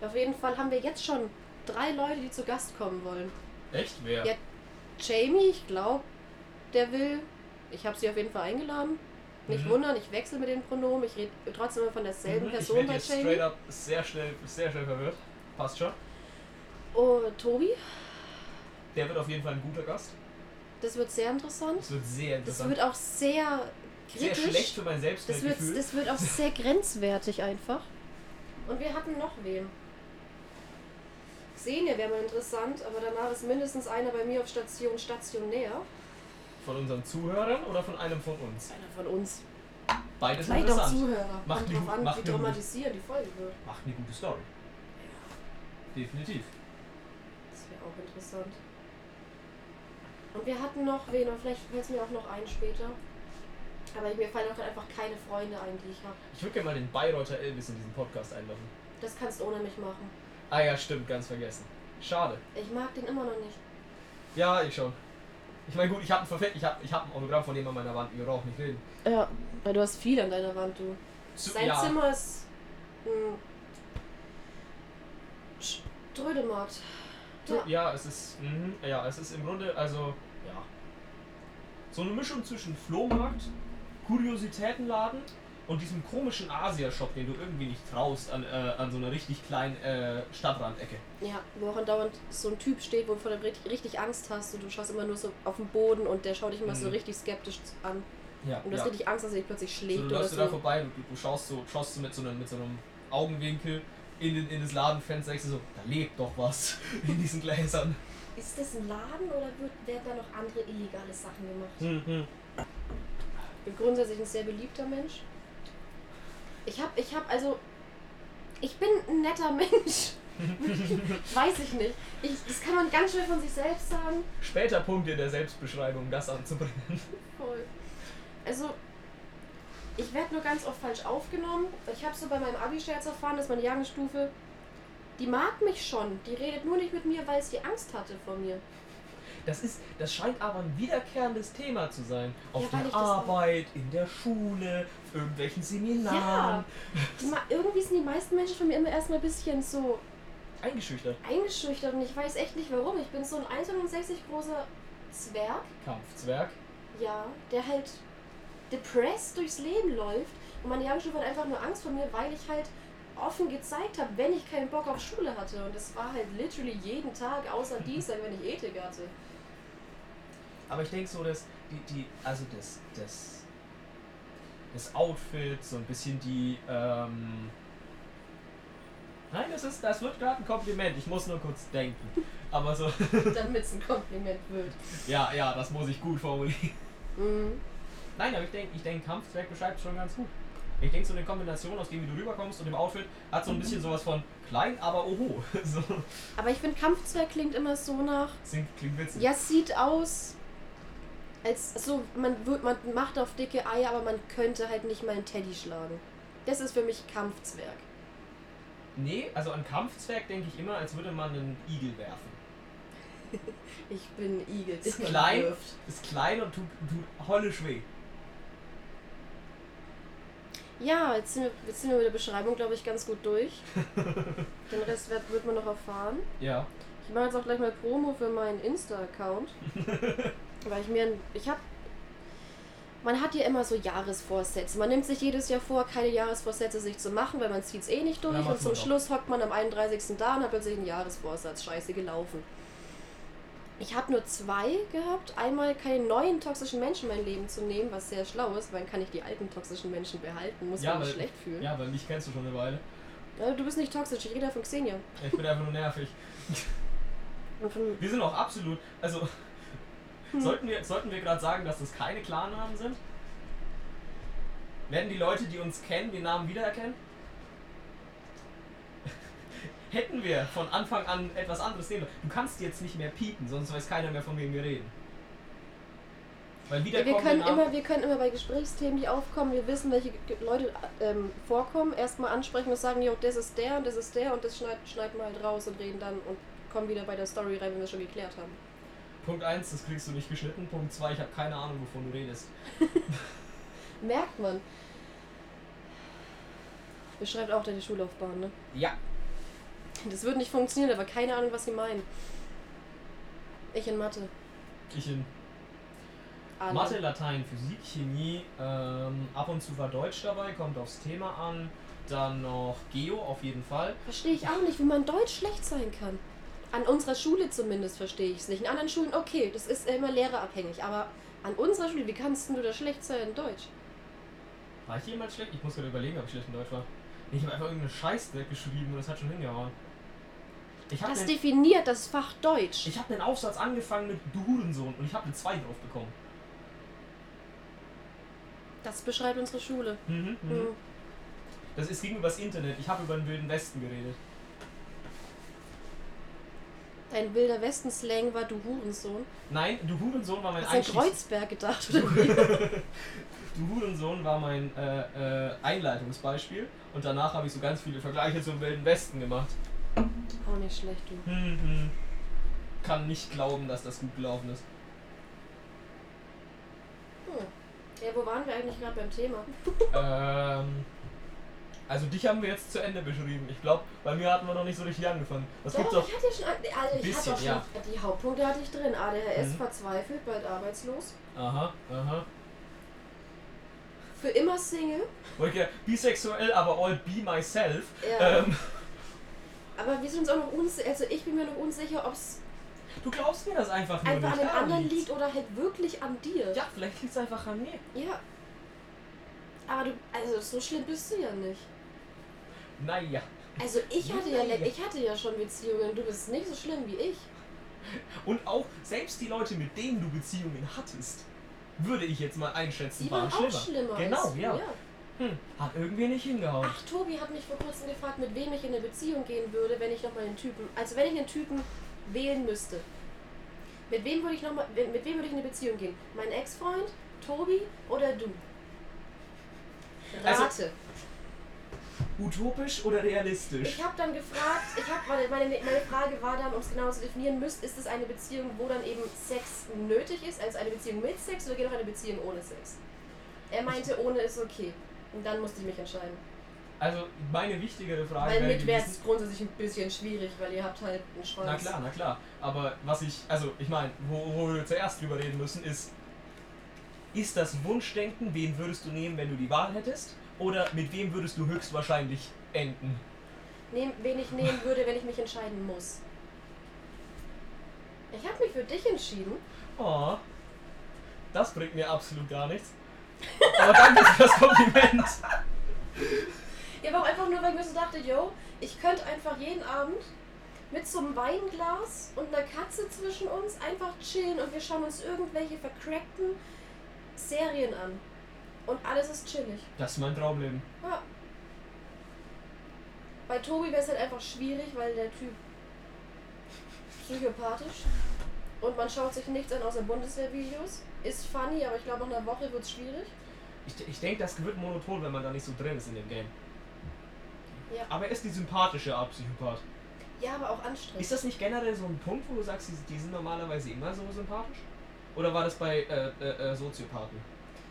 Speaker 1: Auf jeden Fall haben wir jetzt schon drei Leute, die zu Gast kommen wollen.
Speaker 2: Echt? Wer?
Speaker 1: Ja. Jamie, ich glaube, der will. Ich habe sie auf jeden Fall eingeladen. Nicht
Speaker 2: Mhm.
Speaker 1: wundern, ich wechsle mit den Pronomen. Ich rede trotzdem immer von derselben
Speaker 2: Mhm,
Speaker 1: Person
Speaker 2: ich werd
Speaker 1: bei
Speaker 2: jetzt straight
Speaker 1: Jamie.
Speaker 2: up sehr schnell, sehr schnell verwirrt. Passt schon.
Speaker 1: Oh, Tobi,
Speaker 2: Der wird auf jeden Fall ein guter Gast.
Speaker 1: das wird sehr interessant.
Speaker 2: Das wird sehr
Speaker 1: Das
Speaker 2: interessant.
Speaker 1: wird auch sehr
Speaker 2: sehr schlecht
Speaker 1: kritisch.
Speaker 2: für mein
Speaker 1: Das wird,
Speaker 2: Selbstwertgefühl.
Speaker 1: das wird auch sehr grenzwertig einfach. Und wir hatten noch wen. Xenia wäre mal interessant, aber danach ist mindestens einer bei mir auf Station stationär.
Speaker 2: Von unseren Zuhörern oder von einem von uns?
Speaker 1: Einer von uns.
Speaker 2: Beides
Speaker 1: Vielleicht auch
Speaker 2: interessant.
Speaker 1: Zuhörer.
Speaker 2: Macht
Speaker 1: Kommt
Speaker 2: die-
Speaker 1: drauf an,
Speaker 2: macht
Speaker 1: wie
Speaker 2: die-
Speaker 1: dramatisieren die Folge wird.
Speaker 2: Macht eine gute Story. Definitiv.
Speaker 1: Das wäre auch interessant. Und wir hatten noch wen, und vielleicht fällt es mir auch noch ein später. Aber mir fallen auch einfach keine Freunde ein, die ich habe.
Speaker 2: Ich würde gerne mal den Bayreuther Elvis in diesen Podcast einladen.
Speaker 1: Das kannst du ohne mich machen.
Speaker 2: Ah ja, stimmt, ganz vergessen. Schade.
Speaker 1: Ich mag den immer noch nicht.
Speaker 2: Ja, ich schon. Ich meine, gut, ich habe ein, Verfe- ich hab, ich hab ein Autogramm von dem an meiner Wand. Wir brauchen nicht reden.
Speaker 1: Ja, weil du hast viel an deiner Wand, du.
Speaker 2: Zu-
Speaker 1: Sein
Speaker 2: ja,
Speaker 1: Zimmer ist ein Strödemarkt.
Speaker 2: zu- ja, es ist. mhm, ja, es ist im Grunde, also. Ja. So eine Mischung zwischen Flohmarkt, Kuriositätenladen und diesem komischen Asia-Shop, den du irgendwie nicht traust an, äh, an so einer richtig kleinen äh, Stadtrandecke.
Speaker 1: Ja, wo auch andauernd so ein Typ steht, wo du vor dem richtig, richtig Angst hast und du schaust immer nur so auf den Boden und der schaut dich immer so
Speaker 2: Mhm.
Speaker 1: richtig skeptisch an.
Speaker 2: Ja.
Speaker 1: Und du hast richtig Angst, dass er dich plötzlich
Speaker 2: So,
Speaker 1: schlägt
Speaker 2: du
Speaker 1: oder
Speaker 2: läufst du
Speaker 1: so.
Speaker 2: da vorbei, du, du schaust so, schaust so mit so einem, mit so einem Augenwinkel in, den, in das Ladenfenster, denkst du so, da lebt doch was *laughs* in diesen Gläsern.
Speaker 1: Ist das ein Laden oder wird, werden da noch andere illegale Sachen gemacht?
Speaker 2: Hm.
Speaker 1: Ich bin grundsätzlich ein sehr beliebter Mensch. Ich hab, ich hab, also. Ich bin ein
Speaker 2: *laughs*
Speaker 1: netter *laughs* Mensch. Weiß ich nicht. Ich, das kann man ganz schnell von sich selbst sagen.
Speaker 2: Später Punkt in der Selbstbeschreibung, das anzubringen.
Speaker 1: Voll. Also, ich werde nur ganz oft falsch aufgenommen. Ich habe so bei meinem Abi-Scherz erfahren, dass meine Jahrgangsstufe, die mag mich schon. Die redet nur nicht mit mir, weil sie Angst hatte vor mir.
Speaker 2: Das ist, das scheint aber ein wiederkehrendes Thema zu sein. Auf
Speaker 1: weil ich
Speaker 2: der
Speaker 1: das auch-
Speaker 2: Arbeit, in der Schule, auf irgendwelchen Seminaren.
Speaker 1: Die, ma- irgendwie sind die meisten Menschen von mir immer erstmal ein bisschen so
Speaker 2: Eingeschüchtert.
Speaker 1: eingeschüchtert und ich weiß echt nicht warum. Ich bin so ein 1,65 großer Zwerg,
Speaker 2: Kampfzwerg.
Speaker 1: ja, der halt depressed durchs Leben läuft. Und meine Jahrgangsstufe hat einfach nur Angst vor mir, weil ich halt offen gezeigt habe, wenn ich keinen Bock auf Schule hatte. Und das war halt literally jeden Tag, *laughs* außer Dienstag, wenn ich Ethik hatte.
Speaker 2: Aber ich denke so, dass die, die, also das, das, das Outfit, so ein bisschen die, ähm, nein, das ist, das wird gerade ein Kompliment. Ich muss nur kurz denken. Aber so, *laughs*
Speaker 1: Damit es ein Kompliment wird.
Speaker 2: ja, ja, das muss ich gut formulieren.
Speaker 1: Mhm.
Speaker 2: Nein, aber ich denke, ich denke, Kampfzweck beschreibt schon ganz gut. Ich denke, so eine Kombination aus dem, wie du rüberkommst und dem Outfit, hat so ein bisschen sowas von klein, aber oho. *laughs* So,
Speaker 1: Aber ich finde, Kampfzweig klingt immer so nach,
Speaker 2: klingt, klingt witzig.
Speaker 1: ja, es sieht aus, als so, man, wird, man macht auf dicke Eier, aber man könnte halt nicht mal einen Teddy schlagen. Das ist für mich Kampfzwerg.
Speaker 2: Nee, also an Kampfzwerg denke ich immer, als würde man einen Igel werfen.
Speaker 1: Ich bin ein Igel.
Speaker 2: Ist
Speaker 1: der
Speaker 2: klein,
Speaker 1: wirft.
Speaker 2: ist klein und tut, tut hollisch weh.
Speaker 1: Ja, jetzt sind, wir, jetzt sind wir mit der Beschreibung, glaube ich, ganz gut durch. Den Rest wird, wird man noch erfahren.
Speaker 2: Ja.
Speaker 1: Ich mache jetzt auch gleich mal Promo für
Speaker 2: *laughs*
Speaker 1: meinen Insta-Account. weil ich mir. ein- Ich habe. Man hat ja immer so Jahresvorsätze. Man nimmt sich jedes Jahr vor, keine Jahresvorsätze sich zu machen, weil man zieht es eh nicht durch.
Speaker 2: Ja, macht
Speaker 1: und zum
Speaker 2: man auch.
Speaker 1: Schluss hockt man am 31. da und hat plötzlich einen Jahresvorsatz. Scheiße, gelaufen. Ich habe nur zwei gehabt. Einmal keine neuen toxischen Menschen in mein Leben zu nehmen, was sehr schlau ist, weil dann kann ich die alten toxischen Menschen behalten. Muss
Speaker 2: Ja,
Speaker 1: man nicht
Speaker 2: weil-
Speaker 1: schlecht fühlen.
Speaker 2: Ja, weil mich kennst du schon eine Weile.
Speaker 1: Also, du bist nicht toxisch, ich rede von Xenia.
Speaker 2: Ich bin einfach nur nervig.
Speaker 1: Und von
Speaker 2: Wir sind auch absolut. Also.
Speaker 1: Hm.
Speaker 2: Sollten wir, sollten wir gerade sagen, dass das keine Klarnamen sind? Werden die Leute, die uns kennen, den Namen wiedererkennen? *laughs* Hätten wir von Anfang an etwas anderes nehmen. Du kannst jetzt nicht mehr piepen, sonst weiß keiner mehr, von wem wir reden. Weil wieder
Speaker 1: Ja, wir,
Speaker 2: kommen
Speaker 1: können
Speaker 2: dann ab-
Speaker 1: immer, wir können immer bei Gesprächsthemen, die aufkommen, wir wissen, welche Ge- Leute ähm, vorkommen, erstmal ansprechen und sagen, jo, das ist der und das ist der und das schneid, schneiden wir halt raus und reden dann und kommen wieder bei der Story rein, wenn wir es schon geklärt haben.
Speaker 2: Punkt 1, das kriegst du nicht geschnitten. Punkt 2, ich habe keine Ahnung, wovon du redest.
Speaker 1: Merkt man. Beschreibt auch deine Schullaufbahn, ne?
Speaker 2: Ja,
Speaker 1: Das wird nicht funktionieren, aber keine Ahnung, was sie meinen. Ich in Mathe.
Speaker 2: ich in
Speaker 1: Alle.
Speaker 2: Mathe, Latein, Physik, Chemie, ähm, ab und zu war Deutsch dabei, kommt aufs Thema an. Dann noch Geo auf jeden Fall.
Speaker 1: Verstehe ich auch nicht, wie man Deutsch schlecht sein kann. An unserer Schule zumindest verstehe ich es nicht. In anderen Schulen, okay, das ist immer lehrerabhängig, aber an unserer Schule, wie kannst denn du da schlecht sein in Deutsch?
Speaker 2: War ich jemals schlecht? Ich muss gerade überlegen, ob ich schlecht in Deutsch war. Nee, Ich habe einfach irgendeine Scheiße geschrieben und das hat schon hingehauen. Ich habe
Speaker 1: Das
Speaker 2: einen,
Speaker 1: definiert das Fach Deutsch.
Speaker 2: ich hab einen Aufsatz angefangen mit Du Hurensohn und ich habe eine 2 drauf bekommen.
Speaker 1: Das beschreibt unsere Schule.
Speaker 2: Mhm, mhm.
Speaker 1: Mhm.
Speaker 2: Das ist ging übers Internet. Ich habe über den Wilden Westen geredet.
Speaker 1: Dein wilder Westen-Slang war du Hurensohn.
Speaker 2: Nein, Du Hurensohn war mein
Speaker 1: Hast du an
Speaker 2: Einstiegs...
Speaker 1: Kreuzberg *laughs* gedacht? Oder?
Speaker 2: Du Hurensohn war mein äh, äh, Einleitungsbeispiel und danach habe ich so ganz viele Vergleiche zum Wilden Westen gemacht.
Speaker 1: Auch nicht schlecht, du.
Speaker 2: Hm, hm. Kann nicht glauben, dass das gut gelaufen ist.
Speaker 1: Hm. Ja, wo waren wir eigentlich gerade beim Thema?
Speaker 2: ähm, also dich haben wir jetzt zu Ende beschrieben. Ich glaube, bei mir hatten wir noch nicht so richtig angefangen. Das gibt's doch.
Speaker 1: ich hatte ja schon. ein- Also ich
Speaker 2: Bisschen,
Speaker 1: hatte auch schon
Speaker 2: ja.
Speaker 1: die Hauptpunkte hatte ich drin. ADHS
Speaker 2: Mhm.
Speaker 1: verzweifelt, bald arbeitslos.
Speaker 2: Aha, aha.
Speaker 1: Für
Speaker 2: *laughs*
Speaker 1: immer Single.
Speaker 2: Okay, bisexuell, aber all be myself.
Speaker 1: Ja.
Speaker 2: Ähm,
Speaker 1: Aber wir sind uns auch noch unsicher, also ich bin mir noch unsicher, ob es
Speaker 2: du glaubst mir das einfach nur
Speaker 1: einfach an
Speaker 2: nicht.
Speaker 1: den
Speaker 2: Daran
Speaker 1: anderen
Speaker 2: liegt's.
Speaker 1: liegt oder halt wirklich an dir.
Speaker 2: Ja, vielleicht liegt es einfach an mir.
Speaker 1: Ja. Aber du, also so schlimm bist du ja nicht.
Speaker 2: Naja.
Speaker 1: Also ich hatte ja,
Speaker 2: Nein.
Speaker 1: le- ich hatte ja schon Beziehungen, du bist nicht so schlimm wie ich.
Speaker 2: Und auch selbst die Leute, mit denen du Beziehungen hattest, würde ich jetzt mal einschätzen,
Speaker 1: Die waren auch schlimmer.
Speaker 2: genau,
Speaker 1: als,
Speaker 2: ja. Hm, hat irgendwie nicht hingehauen.
Speaker 1: Ach, Tobi hat mich vor kurzem gefragt, mit wem ich in eine Beziehung gehen würde, wenn ich nochmal einen Typen, also wenn ich einen Typen wählen müsste. Mit wem würde ich nochmal, mit wem würde ich in eine Beziehung gehen? Mein Ex-Freund, Tobi oder du?
Speaker 2: Also-
Speaker 1: Rate.
Speaker 2: Utopisch oder realistisch?
Speaker 1: Ich habe dann gefragt, ich hab, meine, meine, meine Frage war dann, um es genau zu definieren, müsst, ist es eine Beziehung, wo dann eben Sex nötig ist, also eine Beziehung mit Sex oder geht auch eine Beziehung ohne Sex? Er meinte, ohne ist okay. Und dann musste ich mich entscheiden.
Speaker 2: Also meine wichtigere Frage
Speaker 1: Weil
Speaker 2: wäre
Speaker 1: mit wäre
Speaker 2: gewesen,
Speaker 1: es grundsätzlich ein bisschen schwierig, weil ihr habt halt einen Schwanz.
Speaker 2: Na klar, na klar. Aber was ich, also ich meine, wo, wo wir zuerst drüber reden müssen, ist, ist das Wunschdenken, wen würdest du nehmen, wenn du die Wahl hättest? Oder mit wem würdest du höchstwahrscheinlich enden?
Speaker 1: Nehm, wen ich nehmen würde, wenn ich mich entscheiden muss. Ich habe mich für dich entschieden.
Speaker 2: Oh, das bringt mir absolut gar nichts. Aber danke für das Kompliment.
Speaker 1: Ja, aber auch einfach nur, weil ich mir so dachte, yo, ich könnte einfach jeden Abend mit so einem Weinglas und einer Katze zwischen uns einfach chillen und wir schauen uns irgendwelche vercrackten Serien an. Und alles ist chillig.
Speaker 2: Das ist mein Traumleben.
Speaker 1: Ja. Bei Tobi wäre es halt einfach schwierig, weil der Typ psychopathisch und man schaut sich nichts an außer Bundeswehrvideos. Ist funny, aber ich glaube, nach einer Woche wird es schwierig.
Speaker 2: Ich, ich denke, das wird monoton, wenn man da nicht so drin ist in dem Game.
Speaker 1: Ja.
Speaker 2: Aber er ist die sympathische Art Psychopath.
Speaker 1: Ja, aber auch anstrengend.
Speaker 2: Ist das nicht generell so ein Punkt, wo du sagst, die, die sind normalerweise immer so sympathisch? Oder war das bei äh, äh, äh, Soziopathen?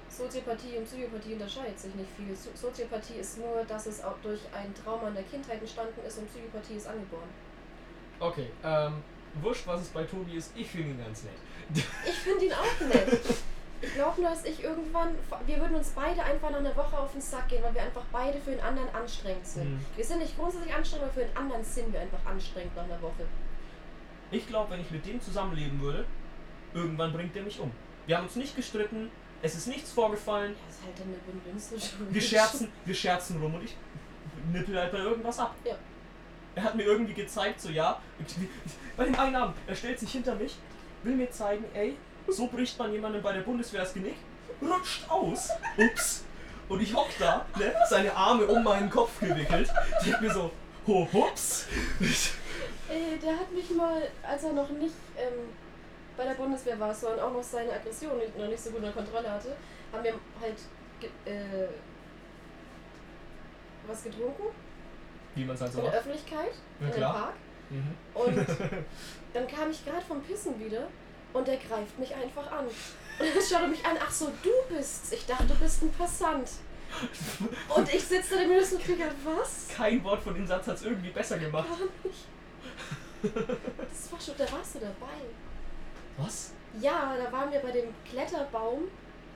Speaker 1: Soziopathie und Psychopathie unterscheidet sich nicht viel. So Soziopathie ist nur, dass es auch durch ein Trauma in der Kindheit entstanden ist und Psychopathie ist angeboren.
Speaker 2: Okay, ähm, wurscht, was es bei Tobi ist, ich finde ihn ganz nett.
Speaker 1: Ich finde ihn auch nett. Ich glaube nur, dass ich irgendwann. Wir würden uns beide einfach nach einer Woche auf den Sack gehen, weil wir einfach beide für den anderen anstrengend sind.
Speaker 2: Mhm.
Speaker 1: Wir sind nicht grundsätzlich anstrengend, aber für den anderen sind wir einfach anstrengend nach einer Woche.
Speaker 2: Ich glaube, wenn ich mit dem zusammenleben würde, irgendwann bringt er mich um. Wir haben uns nicht gestritten, es ist nichts vorgefallen,
Speaker 1: Das ist halt dann eine Win-Win-Situation.
Speaker 2: wir scherzen, wir scherzen rum und ich nippel halt bei irgendwas ab.
Speaker 1: Ja.
Speaker 2: Er hat mir irgendwie gezeigt, so ja, bei dem einen Abend, er stellt sich hinter mich, will mir zeigen, ey, so bricht man jemandem bei der Bundeswehr das Genick, rutscht aus, ups, und ich hock da, ne, seine Arme um meinen Kopf gewickelt, ich mir so, ho, hups.
Speaker 1: Äh, der hat mich mal, als er noch nicht ähm, bei der der Bundeswehr warst, sondern auch noch seine Aggression nicht- noch nicht so gut unter Kontrolle hatte, haben wir halt ge äh, was getrunken
Speaker 2: Wie man es halt so
Speaker 1: in der
Speaker 2: macht.
Speaker 1: Öffentlichkeit,
Speaker 2: Na
Speaker 1: in
Speaker 2: klar.
Speaker 1: dem Park.
Speaker 2: Mhm.
Speaker 1: Und dann kam ich gerade vom Pissen wieder und der greift mich einfach an. *laughs* Und dann schaut er mich an, ach so, du bist's. Ich dachte, du bist ein Passant. Und ich sitze da im Minus und kriege halt, was?
Speaker 2: Kein Wort von dem Satz hat es irgendwie besser gemacht.
Speaker 1: Gar nicht. Das war schon, da warst du dabei.
Speaker 2: Was?
Speaker 1: Ja, da waren wir bei dem Kletterbaum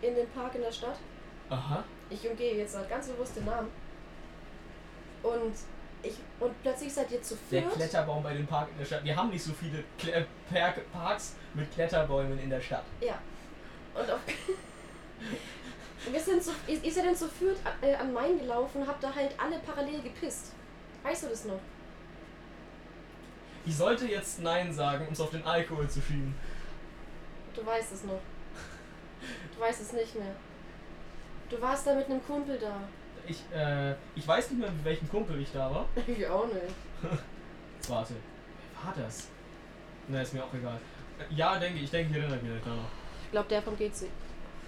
Speaker 1: in dem Park in der Stadt.
Speaker 2: Aha.
Speaker 1: Ich umgehe jetzt halt ganz bewusst den Namen. Und ich und plötzlich seid ihr zu
Speaker 2: Der
Speaker 1: viert.
Speaker 2: Kletterbaum bei dem Park in der Stadt. Wir haben nicht so viele Kle Park Parks mit Kletterbäumen in der Stadt.
Speaker 1: Ja. Und auf. *laughs* Wir sind so, ihr, ihr seid dann zu viert an- äh, an Main gelaufen und habt da halt alle parallel gepisst. Weißt du das noch?
Speaker 2: Ich sollte jetzt Nein sagen, um es auf den Alkohol zu schieben.
Speaker 1: Du weißt es noch. Du weißt es nicht mehr. Du warst da mit einem Kumpel da.
Speaker 2: Ich, äh, ich weiß nicht mehr, mit welchem Kumpel ich da war.
Speaker 1: *laughs* Ich auch nicht.
Speaker 2: Warte, wer war das? Na, ist mir auch egal. Äh, Ja, denke ich, denke ich erinnere mich daran.
Speaker 1: Ich glaube, der vom GC.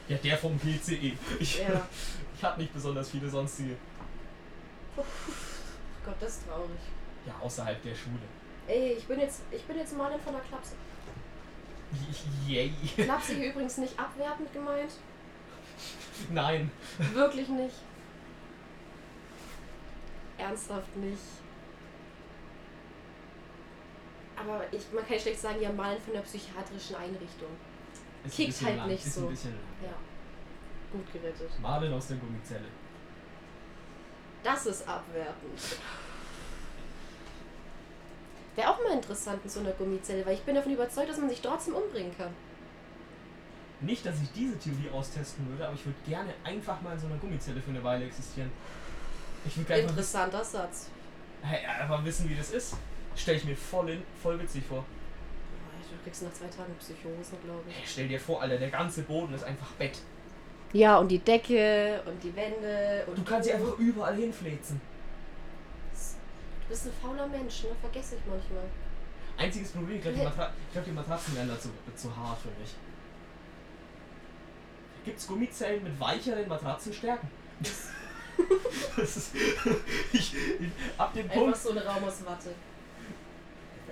Speaker 2: Ja, der vom GCE. *laughs* Ich,
Speaker 1: Ja. *laughs*
Speaker 2: ich hatte nicht besonders viele sonstige.
Speaker 1: Oh Gott, das ist traurig.
Speaker 2: Ja, außerhalb der Schule. *laughs*
Speaker 1: Ey, ich bin jetzt, ich bin jetzt Malin von der Klapse.
Speaker 2: Yay. *laughs*
Speaker 1: Klapse hier übrigens nicht abwertend gemeint.
Speaker 2: Nein.
Speaker 1: Wirklich nicht. Ernsthaft nicht. Aber ich, man kann schlecht sagen, ja, malen von der psychiatrischen Einrichtung.
Speaker 2: Ist
Speaker 1: Kickt
Speaker 2: ein bisschen
Speaker 1: halt
Speaker 2: lang,
Speaker 1: nicht
Speaker 2: ist
Speaker 1: so.
Speaker 2: Ein bisschen lang.
Speaker 1: Ja. Gut gerettet.
Speaker 2: Marvin aus der Gummizelle.
Speaker 1: Das ist abwertend. Wäre auch mal interessant in so einer Gummizelle, weil ich bin davon überzeugt, dass man sich trotzdem umbringen kann.
Speaker 2: Nicht, dass ich diese Theorie austesten würde, aber ich würde gerne einfach mal in so einer Gummizelle für eine Weile existieren. Ich würde gerne mal wissen,
Speaker 1: Interessanter Satz.
Speaker 2: hey, einfach wissen, wie das ist. Stell ich mir voll, in, voll witzig vor.
Speaker 1: Boah, Du kriegst nach zwei Tagen Psychose, glaube ich.
Speaker 2: Hey, stell dir vor, Alter, der ganze Boden ist einfach Bett.
Speaker 1: Ja, und die Decke und die Wände und
Speaker 2: Du kannst sie einfach überall hinfläzen.
Speaker 1: Du bist ein fauler Mensch, ne? Vergesse ich manchmal.
Speaker 2: Einziges Problem, ich glaube, die, Matra ich glaub, die Matratzen werden da zu, zu hart für mich. Gibt es Gummizellen mit weicheren Matratzenstärken? das ist, *laughs* ich, ich, ab dem
Speaker 1: Einfach
Speaker 2: Punkt.
Speaker 1: so ein Raum aus Watte.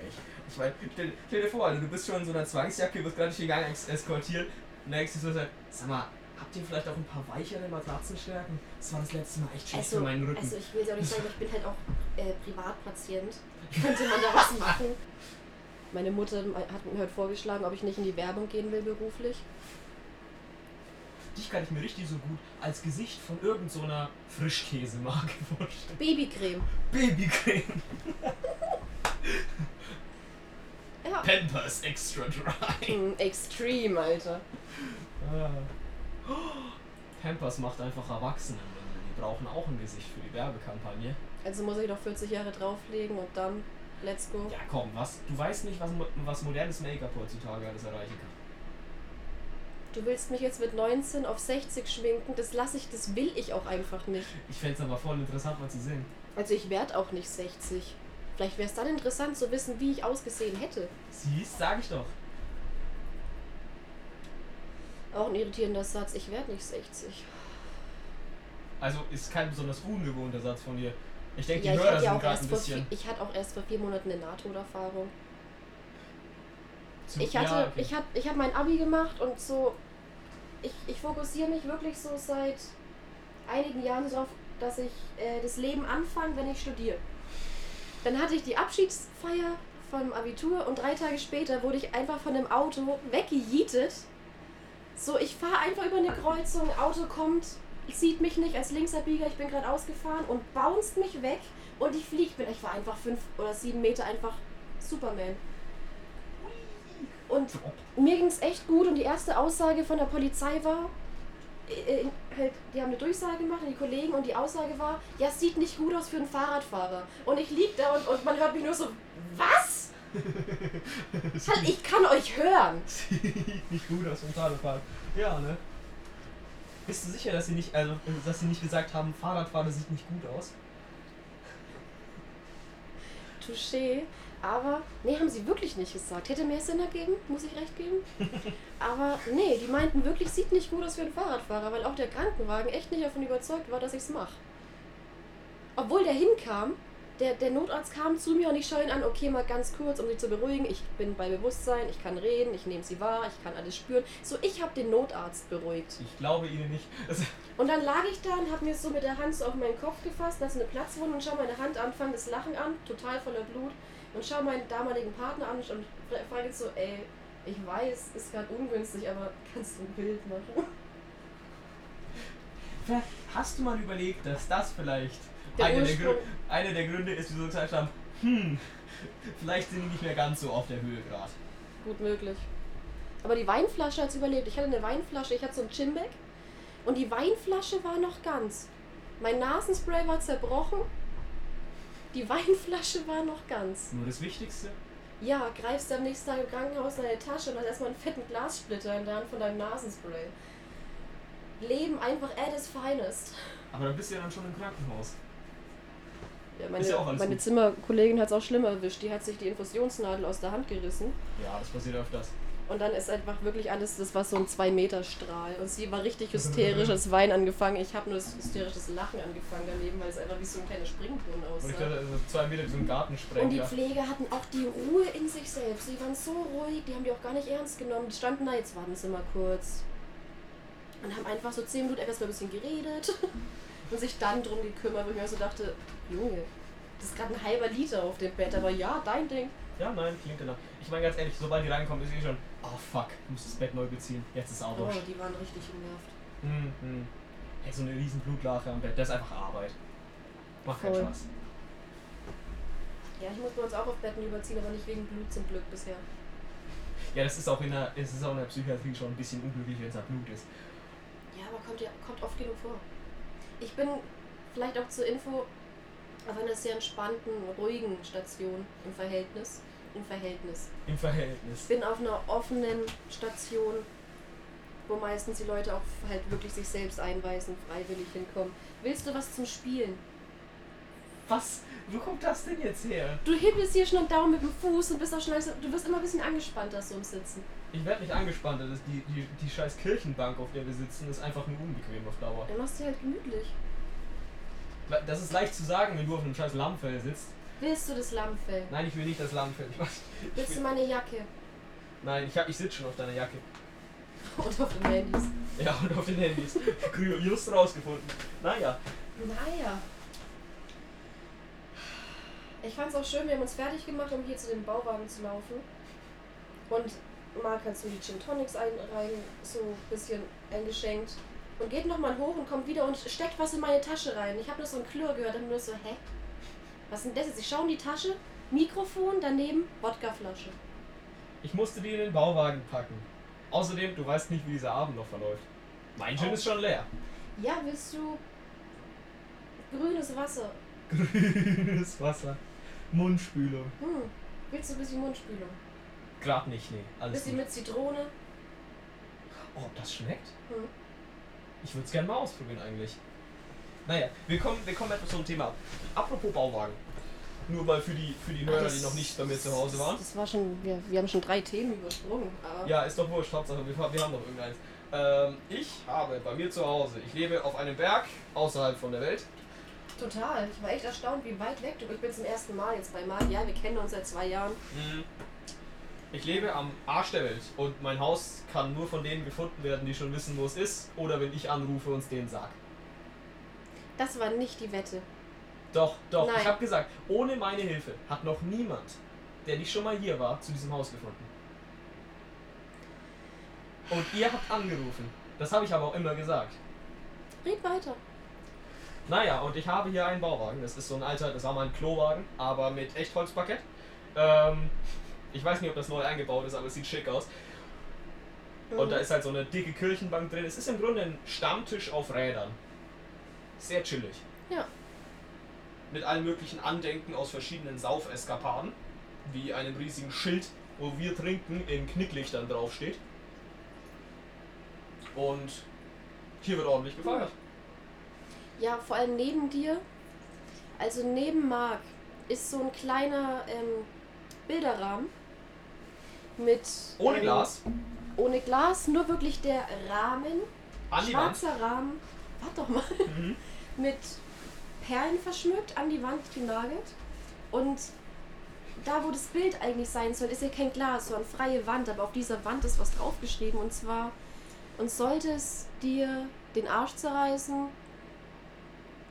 Speaker 2: Ich, ich meine, stell, stell dir vor, Alter, du bist schon in so einer Zwangsjacke, wirst gerade durch den Gang ex eskortiert. Und dann denkst du so, sag mal, habt ihr vielleicht auch ein paar weichere Matratzenstärken? Das war das letzte Mal echt schlecht für meinen Rücken.
Speaker 1: also ich will ja auch nicht sagen, ich bin halt auch äh,
Speaker 2: *laughs*
Speaker 1: Privatpatient. Könnte man da was machen? Meine Mutter hat mir heute vorgeschlagen, ob ich nicht in die Werbung gehen will beruflich.
Speaker 2: Dich kann ich mir richtig so gut als Gesicht von irgendeiner so einer Frischkäsemarke *laughs* vorstellen.
Speaker 1: Babycreme.
Speaker 2: Babycreme.
Speaker 1: Ja.
Speaker 2: Pampers Extra Dry.
Speaker 1: Hm, Extrem, Alter. Ah.
Speaker 2: *gasps* Pampers macht einfach Erwachsene. Die brauchen auch ein Gesicht für die Werbekampagne.
Speaker 1: Also muss ich doch 40 Jahre drauflegen und dann, let's go.
Speaker 2: Ja komm, was? Du weißt nicht, was, mo- was modernes Make-up heutzutage alles erreichen kann.
Speaker 1: Du willst mich jetzt mit 19 auf 60 schminken, das lasse ich, das will ich auch einfach nicht.
Speaker 2: Ich fänd's aber voll interessant mal zu sehen.
Speaker 1: Also ich werde auch nicht 60. Vielleicht wäre es dann interessant zu wissen, wie ich ausgesehen hätte.
Speaker 2: Siehst, sag ich doch.
Speaker 1: Auch ein irritierender Satz, ich werde nicht 60.
Speaker 2: Also ist kein besonders ungewohnter Satz von dir. Ich denke, die
Speaker 1: Ja, ich
Speaker 2: Hörer
Speaker 1: hatte ja
Speaker 2: sind
Speaker 1: auch
Speaker 2: gerade
Speaker 1: erst
Speaker 2: ein
Speaker 1: vor vier,
Speaker 2: bisschen.
Speaker 1: ich hatte auch erst vor vier Monaten eine Nahtoderfahrung.
Speaker 2: zu-
Speaker 1: Ich hatte,
Speaker 2: ja, okay.
Speaker 1: ich hab, ich habe mein Abi gemacht und so, ich, ich fokussiere mich wirklich so seit einigen Jahren darauf, dass ich äh, das Leben anfange, wenn ich studiere. Dann hatte ich die Abschiedsfeier vom Abitur und drei Tage später wurde ich einfach von dem Auto weggejietet. So, ich fahre einfach über eine Kreuzung, ein Auto kommt, sieht mich nicht als Linksabbieger, ich bin gerade ausgefahren und bounced mich weg und ich fliege. Ich bin- Ich war einfach fünf oder sieben Meter einfach Superman. Und
Speaker 2: Drop.
Speaker 1: mir ging es echt gut und die erste Aussage von der Polizei war, äh, äh, halt, die haben eine Durchsage gemacht an die Kollegen und die Aussage war, ja, es sieht nicht gut aus für einen Fahrradfahrer. Und ich lieg da und, und man hört mich nur so, was? Halt, ich kann euch hören.
Speaker 2: Sieht *laughs* nicht gut aus vom Fahrradfahren. Ja, ne? Bist du sicher, dass sie nicht, also, äh, dass sie nicht gesagt haben, Fahrradfahren sieht nicht gut aus?
Speaker 1: Touché. Aber, nee, haben sie wirklich nicht gesagt. Hätte mehr Sinn ergeben, muss ich recht geben. Aber nee, die meinten wirklich, sieht nicht gut aus für einen Fahrradfahrer, weil auch der Krankenwagen echt nicht davon überzeugt war, dass ich's mache. Obwohl der hinkam, der, der Notarzt kam zu mir und ich schaue ihn an, okay, mal ganz kurz, um sie zu beruhigen. Ich bin bei Bewusstsein, ich kann reden, ich nehme sie wahr, ich kann alles spüren. So, ich habe den Notarzt beruhigt.
Speaker 2: Ich glaube Ihnen nicht. Das, *laughs*
Speaker 1: Und dann lag ich da und habe mir so mit der Hand so auf meinen Kopf gefasst, lasse eine Platzwunde und schau meine Hand an, fang das Lachen an, total voller Blut. Und schau meinen damaligen Partner an und frage jetzt so, ey, ich weiß, ist gerade ungünstig, aber kannst du ein Bild machen?
Speaker 2: vielleicht hast du mal überlegt, dass das vielleicht
Speaker 1: Der
Speaker 2: einer der,
Speaker 1: Ursprung.
Speaker 2: Gründe, einer der Gründe ist, wieso wir gesagt haben, hm, vielleicht sind die nicht mehr ganz so auf der Höhe gerade.
Speaker 1: *laughs* Gut möglich. Aber die Weinflasche hat's überlebt. Ich hatte eine Weinflasche, ich hatte so ein Chinback. Und die Weinflasche war noch ganz. Mein Nasenspray war zerbrochen. Die Weinflasche war noch ganz.
Speaker 2: Nur das Wichtigste,
Speaker 1: Ja, greifst du am nächsten Tag im Krankenhaus in deine Tasche und hast erstmal einen fetten Glassplitter in der Hand von deinem Nasenspray. Leben einfach äh, at its finest.
Speaker 2: aber dann bist du ja dann schon im Krankenhaus.
Speaker 1: Ja,
Speaker 2: Ist
Speaker 1: meine
Speaker 2: ja auch alles
Speaker 1: meine
Speaker 2: gut.
Speaker 1: Zimmerkollegin hat es auch schlimm erwischt. Die hat sich die Infusionsnadel aus der Hand gerissen.
Speaker 2: Ja, das passiert öfters.
Speaker 1: Und dann ist einfach wirklich alles, das war so ein 2-Meter-Strahl. Und sie war richtig hysterisch, das Wein angefangen. Ich habe nur das hysterisches Lachen angefangen daneben, weil es einfach wie so ein kleiner Springbrunnen
Speaker 2: Und ich
Speaker 1: aussah.
Speaker 2: dachte, also zwei Meter so einen
Speaker 1: Und die
Speaker 2: Gartensprenger.
Speaker 1: Pfleger hatten auch die Ruhe in sich selbst. Sie waren so ruhig, die haben die auch gar nicht ernst genommen. Die standen da, jetzt warten sie mal kurz. Und haben einfach so zehn Minuten erstmal ein bisschen geredet *laughs* und sich dann drum gekümmert, wo ich mir so dachte, Junge, das ist gerade ein halber Liter auf dem Bett, aber ja, dein Ding.
Speaker 2: Ja, nein, klingt danach. Ich meine ganz ehrlich, sobald die reinkommen, ist eh schon, oh fuck, ich muss das Bett neu beziehen. Jetzt ist auch
Speaker 1: Oh,
Speaker 2: wurscht.
Speaker 1: die waren richtig genervt.
Speaker 2: Mhm. mhm. Hey, so eine riesen Blutlache am Bett, das ist einfach Arbeit. Macht keinen
Speaker 1: Voll.
Speaker 2: Spaß.
Speaker 1: Ja, ich muss bei uns auch auf Betten überziehen, aber nicht wegen Blut zum Glück bisher.
Speaker 2: Ja, das ist auch in der, es ist auch in der Psychiatrie schon ein bisschen unglücklich, wenn es nach Blut ist.
Speaker 1: Ja, aber kommt, ja, kommt oft genug vor. Ich bin vielleicht auch zur Info auf einer sehr entspannten, ruhigen Station im Verhältnis. Im Verhältnis.
Speaker 2: Im
Speaker 1: Ich
Speaker 2: Verhältnis.
Speaker 1: bin auf einer offenen Station, wo meistens die Leute auch halt wirklich sich selbst einweisen, freiwillig hinkommen. Willst du was zum Spielen?
Speaker 2: Was? Wo kommt das denn jetzt her?
Speaker 1: Du hebelst hier schon einen Daumen mit dem Fuß und bist auch schnell, so- du wirst immer ein bisschen angespannter so im Sitzen.
Speaker 2: Ich werde nicht angespannt, das ist die, die, die scheiß Kirchenbank, auf der wir sitzen, ist einfach nur unbequem auf Dauer.
Speaker 1: Dann machst du dir halt gemütlich.
Speaker 2: Das ist leicht zu sagen, wenn du auf einem scheiß Lammfell sitzt.
Speaker 1: Willst du das Lammfell?
Speaker 2: Nein, ich will nicht das Lammfell. *laughs* Ich weiß- Ich
Speaker 1: Willst du
Speaker 2: will,
Speaker 1: meine Jacke? *laughs*
Speaker 2: nein, ich, hab- ich sitze schon auf deiner Jacke. *laughs*
Speaker 1: Und auf den Handys.
Speaker 2: Ja, und auf den Handys. Kryo- Just rausgefunden. Naja,
Speaker 1: Naja. Ich fand's auch schön, wir haben uns fertig gemacht, um hier zu dem Bauwagen zu laufen. Und mal kannst du die Gin Tonics einreihen, so ein bisschen eingeschenkt. Und geht nochmal hoch und kommt wieder und steckt was in meine Tasche rein. Ich habe nur so ein Klirr gehört und nur so, hä? Was ist denn das jetzt? Ich schaue in die Tasche, Mikrofon, daneben Wodkaflasche.
Speaker 2: ich musste die in den Bauwagen packen. Außerdem, du weißt nicht, wie dieser Abend noch verläuft. Mein Gin
Speaker 1: Oh.
Speaker 2: ist schon leer.
Speaker 1: Ja, willst du grünes Wasser?
Speaker 2: *laughs* Grünes Wasser. Mundspülung.
Speaker 1: Hm, willst du ein bisschen Mundspülung?
Speaker 2: Grad nicht, nee.
Speaker 1: Ein
Speaker 2: Alles
Speaker 1: bisschen
Speaker 2: gut.
Speaker 1: mit Zitrone?
Speaker 2: Oh, ob das schmeckt?
Speaker 1: Hm.
Speaker 2: Ich würde es gerne mal ausprobieren eigentlich. Naja, wir kommen, wir kommen etwas zum Thema ab. Apropos Bauwagen. Nur mal für die, für die Nörder, die noch nicht bei mir zu Hause waren.
Speaker 1: Das war schon, wir, wir haben schon drei Themen übersprungen. Aber
Speaker 2: Ja, ist doch wurscht, Hauptsache wir, wir haben noch irgendeins. Ähm, ich habe bei mir zu Hause, ich lebe auf einem Berg außerhalb von der Welt.
Speaker 1: Total. Ich war echt erstaunt, wie weit weg du bist. Ich bin zum ersten Mal jetzt bei Marc. Ja, wir kennen uns seit zwei Jahren.
Speaker 2: Mhm. Ich lebe am Arsch der Welt und mein Haus kann nur von denen gefunden werden, die schon wissen, wo es ist oder wenn ich anrufe und es denen sag.
Speaker 1: Das war nicht die Wette.
Speaker 2: Doch, doch,
Speaker 1: Nein.
Speaker 2: ich habe gesagt, ohne meine Hilfe hat noch niemand, der nicht schon mal hier war, zu diesem Haus gefunden. Und ihr habt angerufen. Das habe ich aber auch immer gesagt.
Speaker 1: Red weiter.
Speaker 2: Naja, und ich habe hier einen Bauwagen. Das ist so ein alter, das war mal ein Klowagen, aber mit echt Holzparkett. Ähm, ich weiß nicht, ob das neu eingebaut ist, aber es sieht schick aus.
Speaker 1: Mhm.
Speaker 2: Und da ist halt so eine dicke Kirchenbank drin. Es ist im Grunde ein Stammtisch auf Rädern. Sehr chillig.
Speaker 1: Ja.
Speaker 2: Mit allen möglichen Andenken aus verschiedenen Saufeskapaden. Wie einem riesigen Schild, wo wir trinken in Knicklichtern draufsteht. Und hier wird ordentlich gefeiert.
Speaker 1: Ja, vor allem neben dir, also neben Marc, ist so ein kleiner ähm, Bilderrahmen mit.
Speaker 2: Ohne
Speaker 1: ähm,
Speaker 2: Glas.
Speaker 1: Ohne Glas, nur wirklich der Rahmen.
Speaker 2: An die Wand.
Speaker 1: schwarzer Rahmen. Warte doch mal.
Speaker 2: Mhm.
Speaker 1: mit Perlen verschmückt, an die Wand genagelt. Und da, wo das Bild eigentlich sein soll, ist ja kein Glas, sondern freie Wand. Aber auf dieser Wand ist was draufgeschrieben. Und zwar, und sollte es dir den Arsch zerreißen,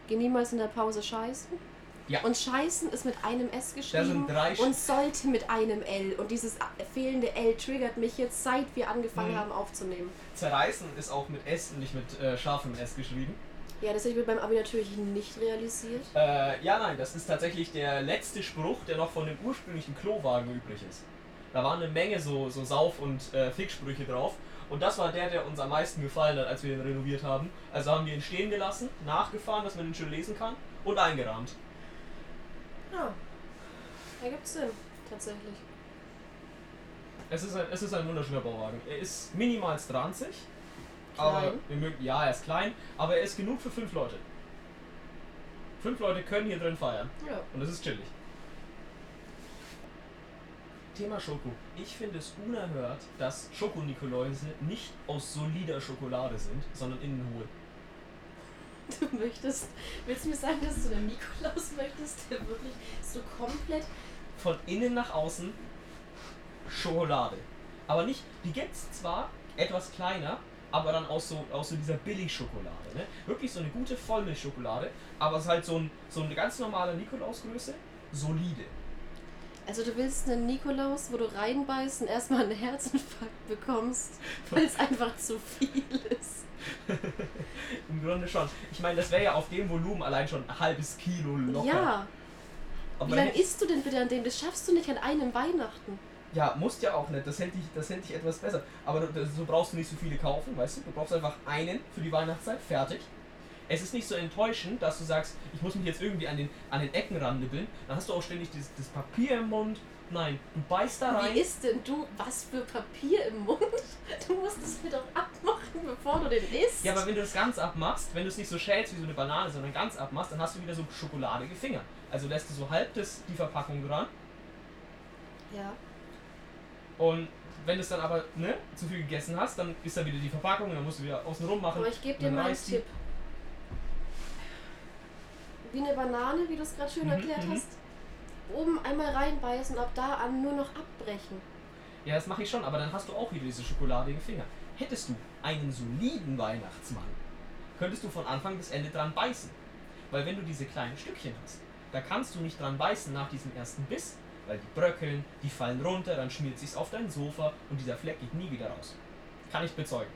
Speaker 1: geh niemals in der Pause scheißen.
Speaker 2: Ja.
Speaker 1: Und scheißen ist mit einem S
Speaker 2: Da
Speaker 1: geschrieben
Speaker 2: sind drei Sch-
Speaker 1: und sollte mit einem L. Und dieses fehlende L triggert mich jetzt, seit wir angefangen
Speaker 2: Mhm.
Speaker 1: haben aufzunehmen.
Speaker 2: Zerreißen ist auch mit S und nicht mit äh, scharfem S geschrieben.
Speaker 1: Ja, das habe ich beim Abi natürlich nicht realisiert.
Speaker 2: Äh, ja, nein, das ist tatsächlich der letzte Spruch, der noch von dem ursprünglichen Klowagen übrig ist. Da waren eine Menge so, so Sauf- und äh, Ficksprüche drauf. Und das war der, der uns am meisten gefallen hat, als wir ihn renoviert haben. Also haben wir ihn stehen gelassen, nachgefahren, dass man ihn schön lesen kann und eingerahmt.
Speaker 1: Ja. Ergibt Sinn, tatsächlich.
Speaker 2: Es ist ein, es ist ein wunderschöner Bauwagen. Er ist minimal ranzig. Aber
Speaker 1: Klein.
Speaker 2: wir mögen, ja, er ist klein, aber er ist genug für fünf Leute. Fünf Leute können hier drin feiern.
Speaker 1: Ja.
Speaker 2: Und es ist chillig. Thema Schoko. Ich finde es unerhört, dass Schokonikoläuse nicht aus solider Schokolade sind, sondern Innenhohe.
Speaker 1: *laughs* Du möchtest, willst du mir sagen, dass du den Nikolaus *laughs* möchtest, der wirklich so komplett.
Speaker 2: Von innen nach außen Schokolade. Aber nicht, die gibt's zwar etwas kleiner, aber dann aus so, aus so dieser Billigschokolade. Ne? Wirklich so eine gute Vollmilchschokolade, aber es ist halt so, ein, so eine ganz normale Nikolausgröße, solide.
Speaker 1: Also, du willst einen Nikolaus, wo du reinbeißt und erstmal einen
Speaker 2: *laughs*
Speaker 1: Herzinfarkt bekommst, weil es einfach zu viel ist.
Speaker 2: Im Grunde schon. Ich meine, das wäre ja auf dem Volumen allein schon ein halbes Kilo locker.
Speaker 1: Ja.
Speaker 2: aber
Speaker 1: Wie lange
Speaker 2: nicht-
Speaker 1: isst du denn bitte an dem? Das schaffst du nicht an einem Weihnachten.
Speaker 2: Ja, musst ja auch nicht. Das hätte ich, das hätte ich etwas besser. Aber du, das, so brauchst du nicht so viele kaufen, weißt du? Du brauchst einfach einen für die Weihnachtszeit, fertig. Es ist nicht so enttäuschend, dass du sagst, ich muss mich jetzt irgendwie an den, an den Ecken rannibbeln. Dann hast du auch ständig das, das Papier im Mund. Nein, du beißt da rein.
Speaker 1: Wie isst denn du was für Papier im Mund? *laughs* Du musst es mir doch abmachen, bevor du den isst.
Speaker 2: ja, aber wenn du das ganz abmachst, wenn du es nicht so schälst wie so eine Banane, sondern ganz abmachst, dann hast du wieder so schokoladige Finger. Also lässt du so halb das, die Verpackung dran.
Speaker 1: ja.
Speaker 2: Und wenn du es dann aber ne, zu viel gegessen hast, dann ist da wieder die Verpackung und dann musst du wieder außen rum machen.
Speaker 1: Aber ich gebe dir
Speaker 2: Dann
Speaker 1: mal einen
Speaker 2: reißt die-
Speaker 1: Tipp. Wie eine Banane, wie du es gerade schön
Speaker 2: Mhm,
Speaker 1: erklärt
Speaker 2: mhm.
Speaker 1: hast. Oben einmal reinbeißen, ab da an nur noch abbrechen.
Speaker 2: Ja, das mache ich schon, aber dann hast du auch wieder diese schokoladigen Finger. Hättest du einen soliden Weihnachtsmann, könntest du von Anfang bis Ende dran beißen. Weil wenn du diese kleinen Stückchen hast, da kannst du nicht dran beißen nach diesem ersten Biss, weil die bröckeln, die fallen runter, dann schmiert sich's auf dein Sofa und dieser Fleck geht nie wieder raus. Kann ich bezeugen.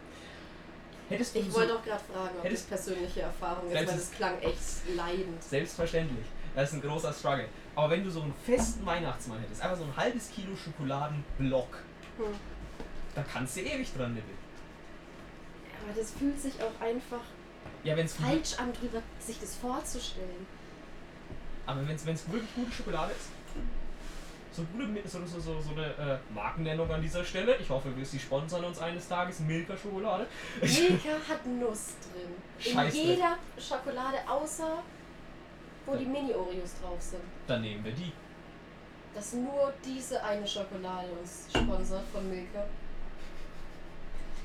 Speaker 2: Hättest du
Speaker 1: Ich
Speaker 2: so-
Speaker 1: wollte auch gerade fragen, ob das
Speaker 2: Hättest-
Speaker 1: persönliche Erfahrung ist,
Speaker 2: Hättest-
Speaker 1: weil das klang echt leidend.
Speaker 2: Selbstverständlich. Das ist ein großer Struggle. Aber wenn du so einen festen Weihnachtsmann hättest, einfach so ein halbes Kilo Schokoladenblock,
Speaker 1: Hm.
Speaker 2: da kannst du ewig dran nippeln.
Speaker 1: Aber das fühlt sich auch einfach
Speaker 2: Ja, wenn's
Speaker 1: falsch an, drüber, sich das
Speaker 2: *laughs*
Speaker 1: vorzustellen.
Speaker 2: Aber wenn es wirklich gute Schokolade ist, so, gute, Mi- so, so, so, so eine äh, Markennennung an dieser Stelle. Ich hoffe, wir- sie sponsern uns eines Tages Milka-Schokolade.
Speaker 1: Milka hat Nuss drin. In
Speaker 2: Scheiß drin.
Speaker 1: jeder Schokolade, außer wo die
Speaker 2: Ja.
Speaker 1: Mini-Oreos drauf sind.
Speaker 2: Dann nehmen wir die.
Speaker 1: dass nur diese eine Schokolade uns sponsert von Milka.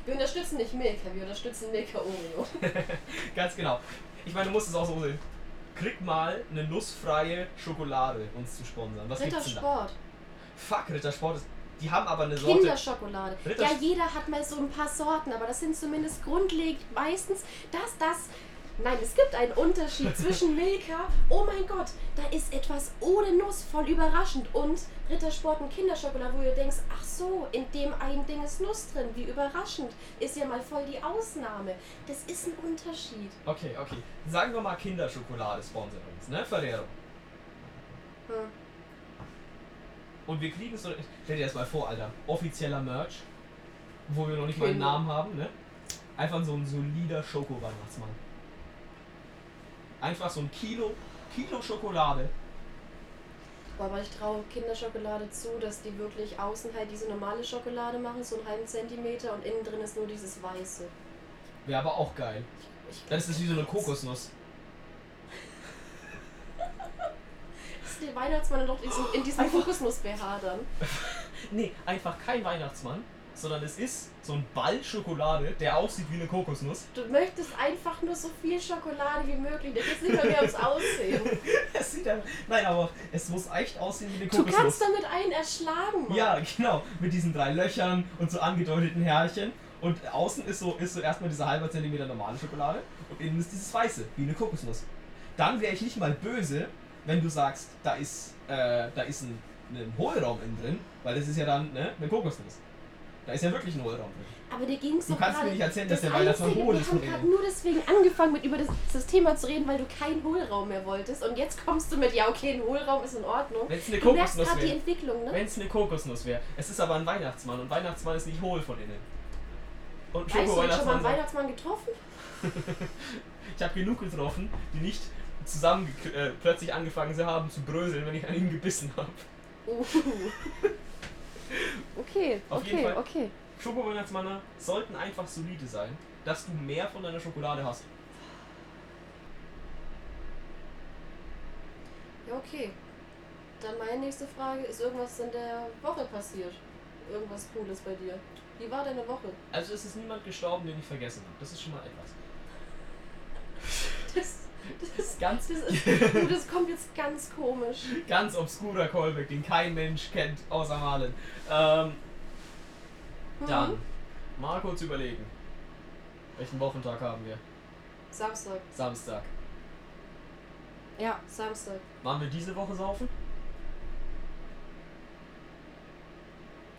Speaker 1: Wir unterstützen nicht Milka, wir unterstützen Milka Oreo.
Speaker 2: Ganz genau. Ich meine, du musst es auch so sehen. Krieg mal eine nussfreie Schokolade uns zu sponsern. Was gibt's denn da?
Speaker 1: Rittersport,
Speaker 2: Fuck, Rittersport ist. Die haben aber eine Sorte.
Speaker 1: Kinderschokolade.
Speaker 2: Ritter-
Speaker 1: Ja, jeder hat mal so ein paar Sorten, aber das sind zumindest grundlegend meistens das, das. Nein, es gibt einen Unterschied zwischen Milka, oh mein Gott, da ist etwas ohne Nuss voll überraschend und Rittersport und Kinderschokolade, wo du denkst, ach so, in dem einen Ding ist Nuss drin, wie überraschend, ist ja mal voll die Ausnahme. Das ist ein Unterschied.
Speaker 2: Okay, okay. Sagen wir mal Kinderschokolade sponsert uns, ne? Verlierung.
Speaker 1: Hm.
Speaker 2: Und wir kriegen so. Stell dir das mal vor, Alter. Offizieller Merch, wo wir noch nicht mal einen
Speaker 1: Genau.
Speaker 2: Namen haben, ne? Einfach so ein solider Schoko-Weihnachtsmann. Einfach so ein Kilo, Kilo Schokolade.
Speaker 1: Boah, aber ich traue Kinderschokolade zu, dass die wirklich außen halt diese normale Schokolade machen, so einen halben Zentimeter und innen drin ist nur dieses Weiße.
Speaker 2: Wäre aber auch geil.
Speaker 1: Ich,
Speaker 2: Dann ist es wie so eine Kokosnuss.
Speaker 1: das der Weihnachtsmann dann doch in diesem, in diesem
Speaker 2: Einfach-
Speaker 1: Kokosnuss-BH dann?
Speaker 2: Nee, einfach kein Weihnachtsmann, sondern es ist so ein Ball Schokolade, der aussieht wie eine Kokosnuss. *laughs*
Speaker 1: Du möchtest einfach nur so viel Schokolade wie möglich. Da geht es nicht mal mehr
Speaker 2: *laughs*
Speaker 1: ums Aussehen.
Speaker 2: Es sieht ja, nein, aber es muss echt aussehen wie eine
Speaker 1: Du
Speaker 2: Kokosnuss.
Speaker 1: kannst damit einen erschlagen, Mann.
Speaker 2: Ja, genau. Mit diesen drei Löchern und so angedeuteten Härchen. Und außen ist so, ist so erstmal diese halbe Zentimeter normale Schokolade und innen ist dieses Weiße, wie eine Kokosnuss. Dann wäre ich nicht mal böse, wenn du sagst, da ist, äh, da ist ein, ein Hohlraum innen drin, weil das ist ja dann ne, eine Kokosnuss. Da ist ja wirklich ein Hohlraum drin.
Speaker 1: Aber dir ging es
Speaker 2: Du
Speaker 1: doch
Speaker 2: kannst
Speaker 1: gerade-
Speaker 2: mir nicht erzählen,
Speaker 1: das
Speaker 2: dass der Weihnachtsmann
Speaker 1: Einzige,
Speaker 2: hohl
Speaker 1: Wir
Speaker 2: ist
Speaker 1: haben
Speaker 2: von
Speaker 1: gerade
Speaker 2: innen.
Speaker 1: nur deswegen angefangen, mit über das, das Thema zu reden, weil du keinen Hohlraum mehr wolltest. Und jetzt kommst du mit, ja okay, ein Hohlraum ist in Ordnung.
Speaker 2: Wenn es eine
Speaker 1: Du merkst
Speaker 2: Kokosnuss
Speaker 1: gerade die
Speaker 2: wäre.
Speaker 1: Entwicklung, ne?
Speaker 2: Wenn es eine Kokosnuss wäre. Es ist aber ein Weihnachtsmann und Weihnachtsmann ist nicht hohl von innen. Und
Speaker 1: Weißt du, du hast schon mal
Speaker 2: Schoko-Weihnachtsmann
Speaker 1: einen
Speaker 2: sagt,
Speaker 1: Weihnachtsmann getroffen?
Speaker 2: Ich habe genug getroffen, die nicht zusammen äh, plötzlich angefangen zu haben zu bröseln, wenn ich an ihnen gebissen habe.
Speaker 1: Uh. *laughs* Okay,
Speaker 2: Auf jeden
Speaker 1: okay,
Speaker 2: Fall.
Speaker 1: okay.
Speaker 2: Schoko-Weihnachtsmänner sollten einfach solide sein, dass du mehr von deiner Schokolade hast.
Speaker 1: Ja, okay. Dann meine nächste Frage, ist irgendwas in der Woche passiert? Irgendwas Cooles bei dir? Wie war deine Woche? *laughs*
Speaker 2: Also es ist niemand gestorben, den ich vergessen habe. Das ist schon mal etwas.
Speaker 1: Das, das, ist-
Speaker 2: Ganz, *laughs*
Speaker 1: das, ist, du, das kommt jetzt ganz komisch.
Speaker 2: ganz obskurer Callback, den kein Mensch kennt, außer Malen. Ähm,
Speaker 1: Mhm.
Speaker 2: dann, mal kurz überlegen. Welchen Wochentag haben wir?
Speaker 1: Samstag.
Speaker 2: Samstag.
Speaker 1: Ja, Samstag.
Speaker 2: Waren wir diese Woche saufen?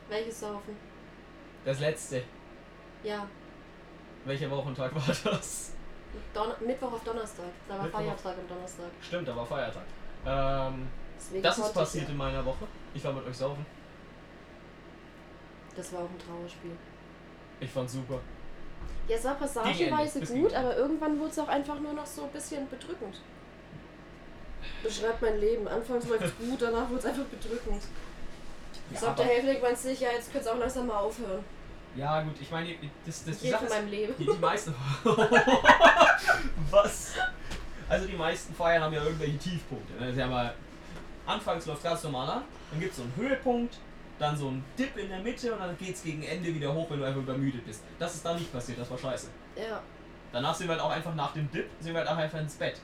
Speaker 1: Welches Saufen?
Speaker 2: Das letzte.
Speaker 1: Ja,
Speaker 2: Welcher Wochentag war das?
Speaker 1: Don Mittwoch auf Donnerstag. Da war
Speaker 2: Mittwoch auf-
Speaker 1: Feiertag am Donnerstag.
Speaker 2: Stimmt, da war Feiertag. Ähm,
Speaker 1: Deswegen
Speaker 2: das ist
Speaker 1: konnte ich
Speaker 2: passiert in
Speaker 1: Ja.
Speaker 2: meiner Woche. Ich war mit euch saufen.
Speaker 1: Das war auch ein Trauerspiel.
Speaker 2: Ich fand's super.
Speaker 1: Ja, es war passagenweise
Speaker 2: Bis
Speaker 1: gut,
Speaker 2: gegen Ende.
Speaker 1: aber irgendwann wurde es auch einfach nur noch so ein bisschen bedrückend. Beschreibt mein Leben. Anfangs war es gut, danach wurde es einfach bedrückend. Ja, Sagt der Helfling, meinst du sicher, jetzt könnt's auch langsam mal aufhören.
Speaker 2: ja gut, ich meine, das, das
Speaker 1: Ich
Speaker 2: die
Speaker 1: rede
Speaker 2: Sache
Speaker 1: von
Speaker 2: ist,
Speaker 1: meinem Leben.
Speaker 2: die, die meisten. *laughs* Was? Also die meisten Feiern haben ja irgendwelche Tiefpunkte. Ne? Das ist ja mal, anfangs läuft ganz normal an, dann gibt's so einen Höhepunkt, dann so einen Dip in der Mitte und dann geht's gegen Ende wieder hoch, wenn du einfach übermüdet bist. Das ist da nicht passiert, das war scheiße.
Speaker 1: Ja.
Speaker 2: Danach sind wir halt auch einfach nach dem Dip, sind wir halt auch einfach ins Bett.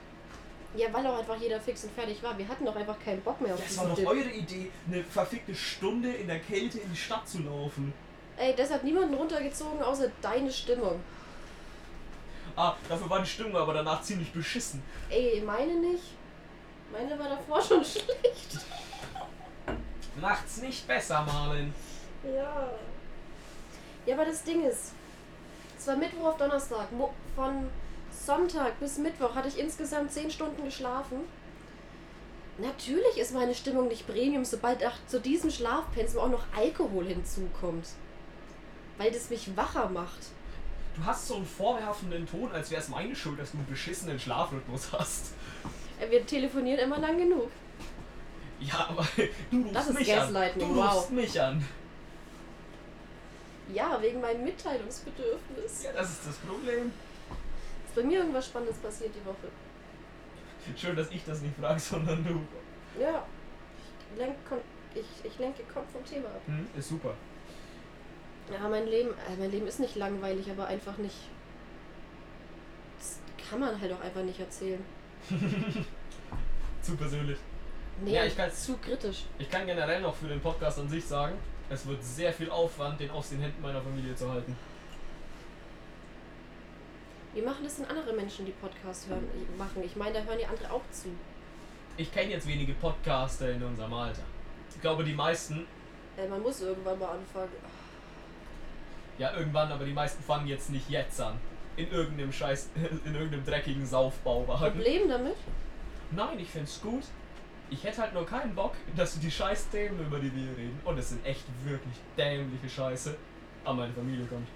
Speaker 1: ja, weil auch einfach jeder fix und fertig war. Wir hatten doch einfach keinen Bock mehr auf
Speaker 2: Das
Speaker 1: diesen
Speaker 2: war doch
Speaker 1: Dip.
Speaker 2: eure Idee, eine verfickte Stunde in der Kälte in die Stadt zu laufen.
Speaker 1: Ey, das hat niemanden runtergezogen, außer deine Stimmung.
Speaker 2: Ah, dafür war die Stimmung aber danach ziemlich beschissen.
Speaker 1: Ey, meine nicht. Meine war davor schon *laughs* schlecht.
Speaker 2: Macht's nicht besser, Marlen.
Speaker 1: Ja. Ja, aber das Ding ist, es war Mittwoch auf Donnerstag. Mo von Sonntag bis Mittwoch hatte ich insgesamt zehn Stunden geschlafen. Natürlich ist meine Stimmung nicht Premium, sobald auch zu diesem Schlafpensum auch noch Alkohol hinzukommt. Weil das mich wacher macht.
Speaker 2: Du hast so einen vorwerfenden Ton, als wäre es meine Schuld, dass du einen beschissenen Schlafrhythmus hast.
Speaker 1: Äh, Wir telefonieren immer lang genug.
Speaker 2: Ja, aber du rufst
Speaker 1: Das ist
Speaker 2: mich an.
Speaker 1: Gaslighting,
Speaker 2: Du
Speaker 1: wow.
Speaker 2: rufst mich an.
Speaker 1: Ja, wegen meinem Mitteilungsbedürfnis.
Speaker 2: Ja, das ist das Problem.
Speaker 1: Ist bei mir irgendwas Spannendes passiert die Woche?
Speaker 2: Schön, dass ich das nicht frage, *laughs* sondern du.
Speaker 1: Ja. Ich lenke, ich, ich lenke kommt vom Thema ab.
Speaker 2: Hm, ist super.
Speaker 1: Ja, mein Leben, äh, mein Leben ist nicht langweilig, aber einfach nicht. Das kann man halt auch einfach nicht erzählen.
Speaker 2: Zu persönlich.
Speaker 1: Nee,
Speaker 2: Ja, ich kann-
Speaker 1: zu kritisch.
Speaker 2: Ich kann generell noch für den Podcast an sich sagen, es wird sehr viel Aufwand, den aus den Händen meiner Familie zu halten.
Speaker 1: Wie machen das denn andere Menschen, die Podcasts hören, äh, machen? Ich meine, da hören ja andere auch zu.
Speaker 2: Ich kenne jetzt wenige Podcaster in unserem Alter. Ich glaube, die meisten,
Speaker 1: Äh, man muss irgendwann mal anfangen.
Speaker 2: Mhm. ja irgendwann, aber die meisten fangen jetzt nicht jetzt an. In irgendeinem scheiß, *laughs* in irgendeinem dreckigen Saufbauwagen.
Speaker 1: Problem damit?
Speaker 2: Nein, ich find's gut. Ich hätte halt nur keinen Bock, dass du die scheiß Themen, über die wir hier reden, und es sind echt wirklich dämliche Scheiße, an meine Familie kommt.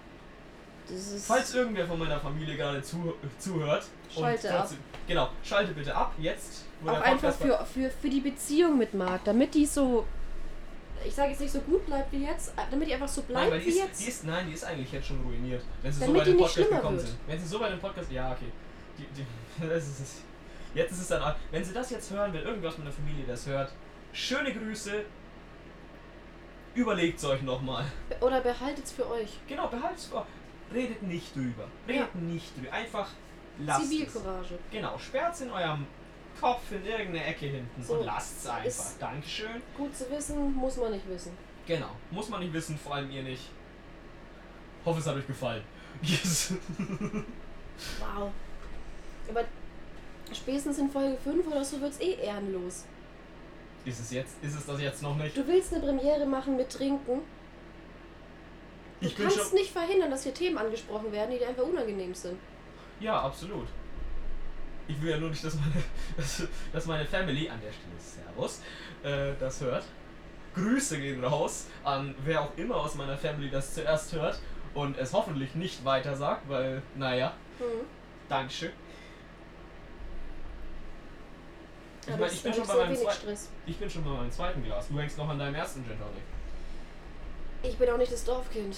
Speaker 1: Das ist.
Speaker 2: Falls irgendwer von meiner Familie gerade zu, zuhört.
Speaker 1: Schalte ab.
Speaker 2: Genau, schalte bitte ab, jetzt. wo
Speaker 1: auch
Speaker 2: der
Speaker 1: einfach
Speaker 2: Podcast-
Speaker 1: für, für, für die Beziehung mit Marc, damit die so. Ich sage jetzt nicht so gut bleibt wie jetzt, äh, damit die einfach so
Speaker 2: Nein,
Speaker 1: bleibt
Speaker 2: weil die
Speaker 1: wie
Speaker 2: ist,
Speaker 1: jetzt.
Speaker 2: die ist, nein, die ist eigentlich jetzt schon ruiniert. Wenn sie so
Speaker 1: Damit
Speaker 2: bei
Speaker 1: die
Speaker 2: dem
Speaker 1: nicht
Speaker 2: Podcast
Speaker 1: schlimmer
Speaker 2: gekommen
Speaker 1: wird.
Speaker 2: sind. Wenn sie so bei dem Podcast. Ja, okay. Die, die, *laughs* das ist, Jetzt ist es dann. auch- Wenn sie das jetzt hören, wenn irgendwer aus meiner Familie das hört, schöne Grüße. Überlegt es euch nochmal.
Speaker 1: Oder behaltet's für euch.
Speaker 2: Genau, behalt's vor. Redet nicht drüber. Redet nicht drüber. Einfach lasst es.
Speaker 1: Zivilcourage.
Speaker 2: Genau, sperrt's in eurem Kopf in irgendeine Ecke hinten
Speaker 1: So,
Speaker 2: und lasst's einfach.
Speaker 1: ist-
Speaker 2: Dankeschön.
Speaker 1: Gut zu wissen, muss man nicht wissen.
Speaker 2: Genau, muss man nicht wissen, vor allem ihr nicht. Hoffe, es hat euch gefallen. *laughs* Yes.
Speaker 1: Wow. Aber spätestens in Folge 5 oder so wird's eh ehrenlos.
Speaker 2: Ist es jetzt? Ist es das jetzt noch nicht?
Speaker 1: Du willst eine Premiere machen mit Trinken. Du
Speaker 2: Ich bin
Speaker 1: kannst
Speaker 2: schon.
Speaker 1: nicht verhindern, dass hier Themen angesprochen werden, die dir einfach unangenehm sind.
Speaker 2: Ja, absolut. Ich will ja nur nicht, dass meine, *laughs* dass, dass meine Family an der Stelle Servus äh, das hört. Grüße gehen raus an wer auch immer aus meiner Family das zuerst hört und es hoffentlich nicht weiter sagt, weil naja,
Speaker 1: Hm.
Speaker 2: Dankeschön. Ich,
Speaker 1: Dadurch
Speaker 2: mein, ich,
Speaker 1: ist
Speaker 2: bin schon bei
Speaker 1: eigentlich sehr
Speaker 2: meinem
Speaker 1: wenig
Speaker 2: zweiten,
Speaker 1: Stress.
Speaker 2: ich bin schon bei meinem zweiten Glas. Du hängst noch an deinem ersten Gin Tonic.
Speaker 1: Ich bin auch nicht das Dorfkind.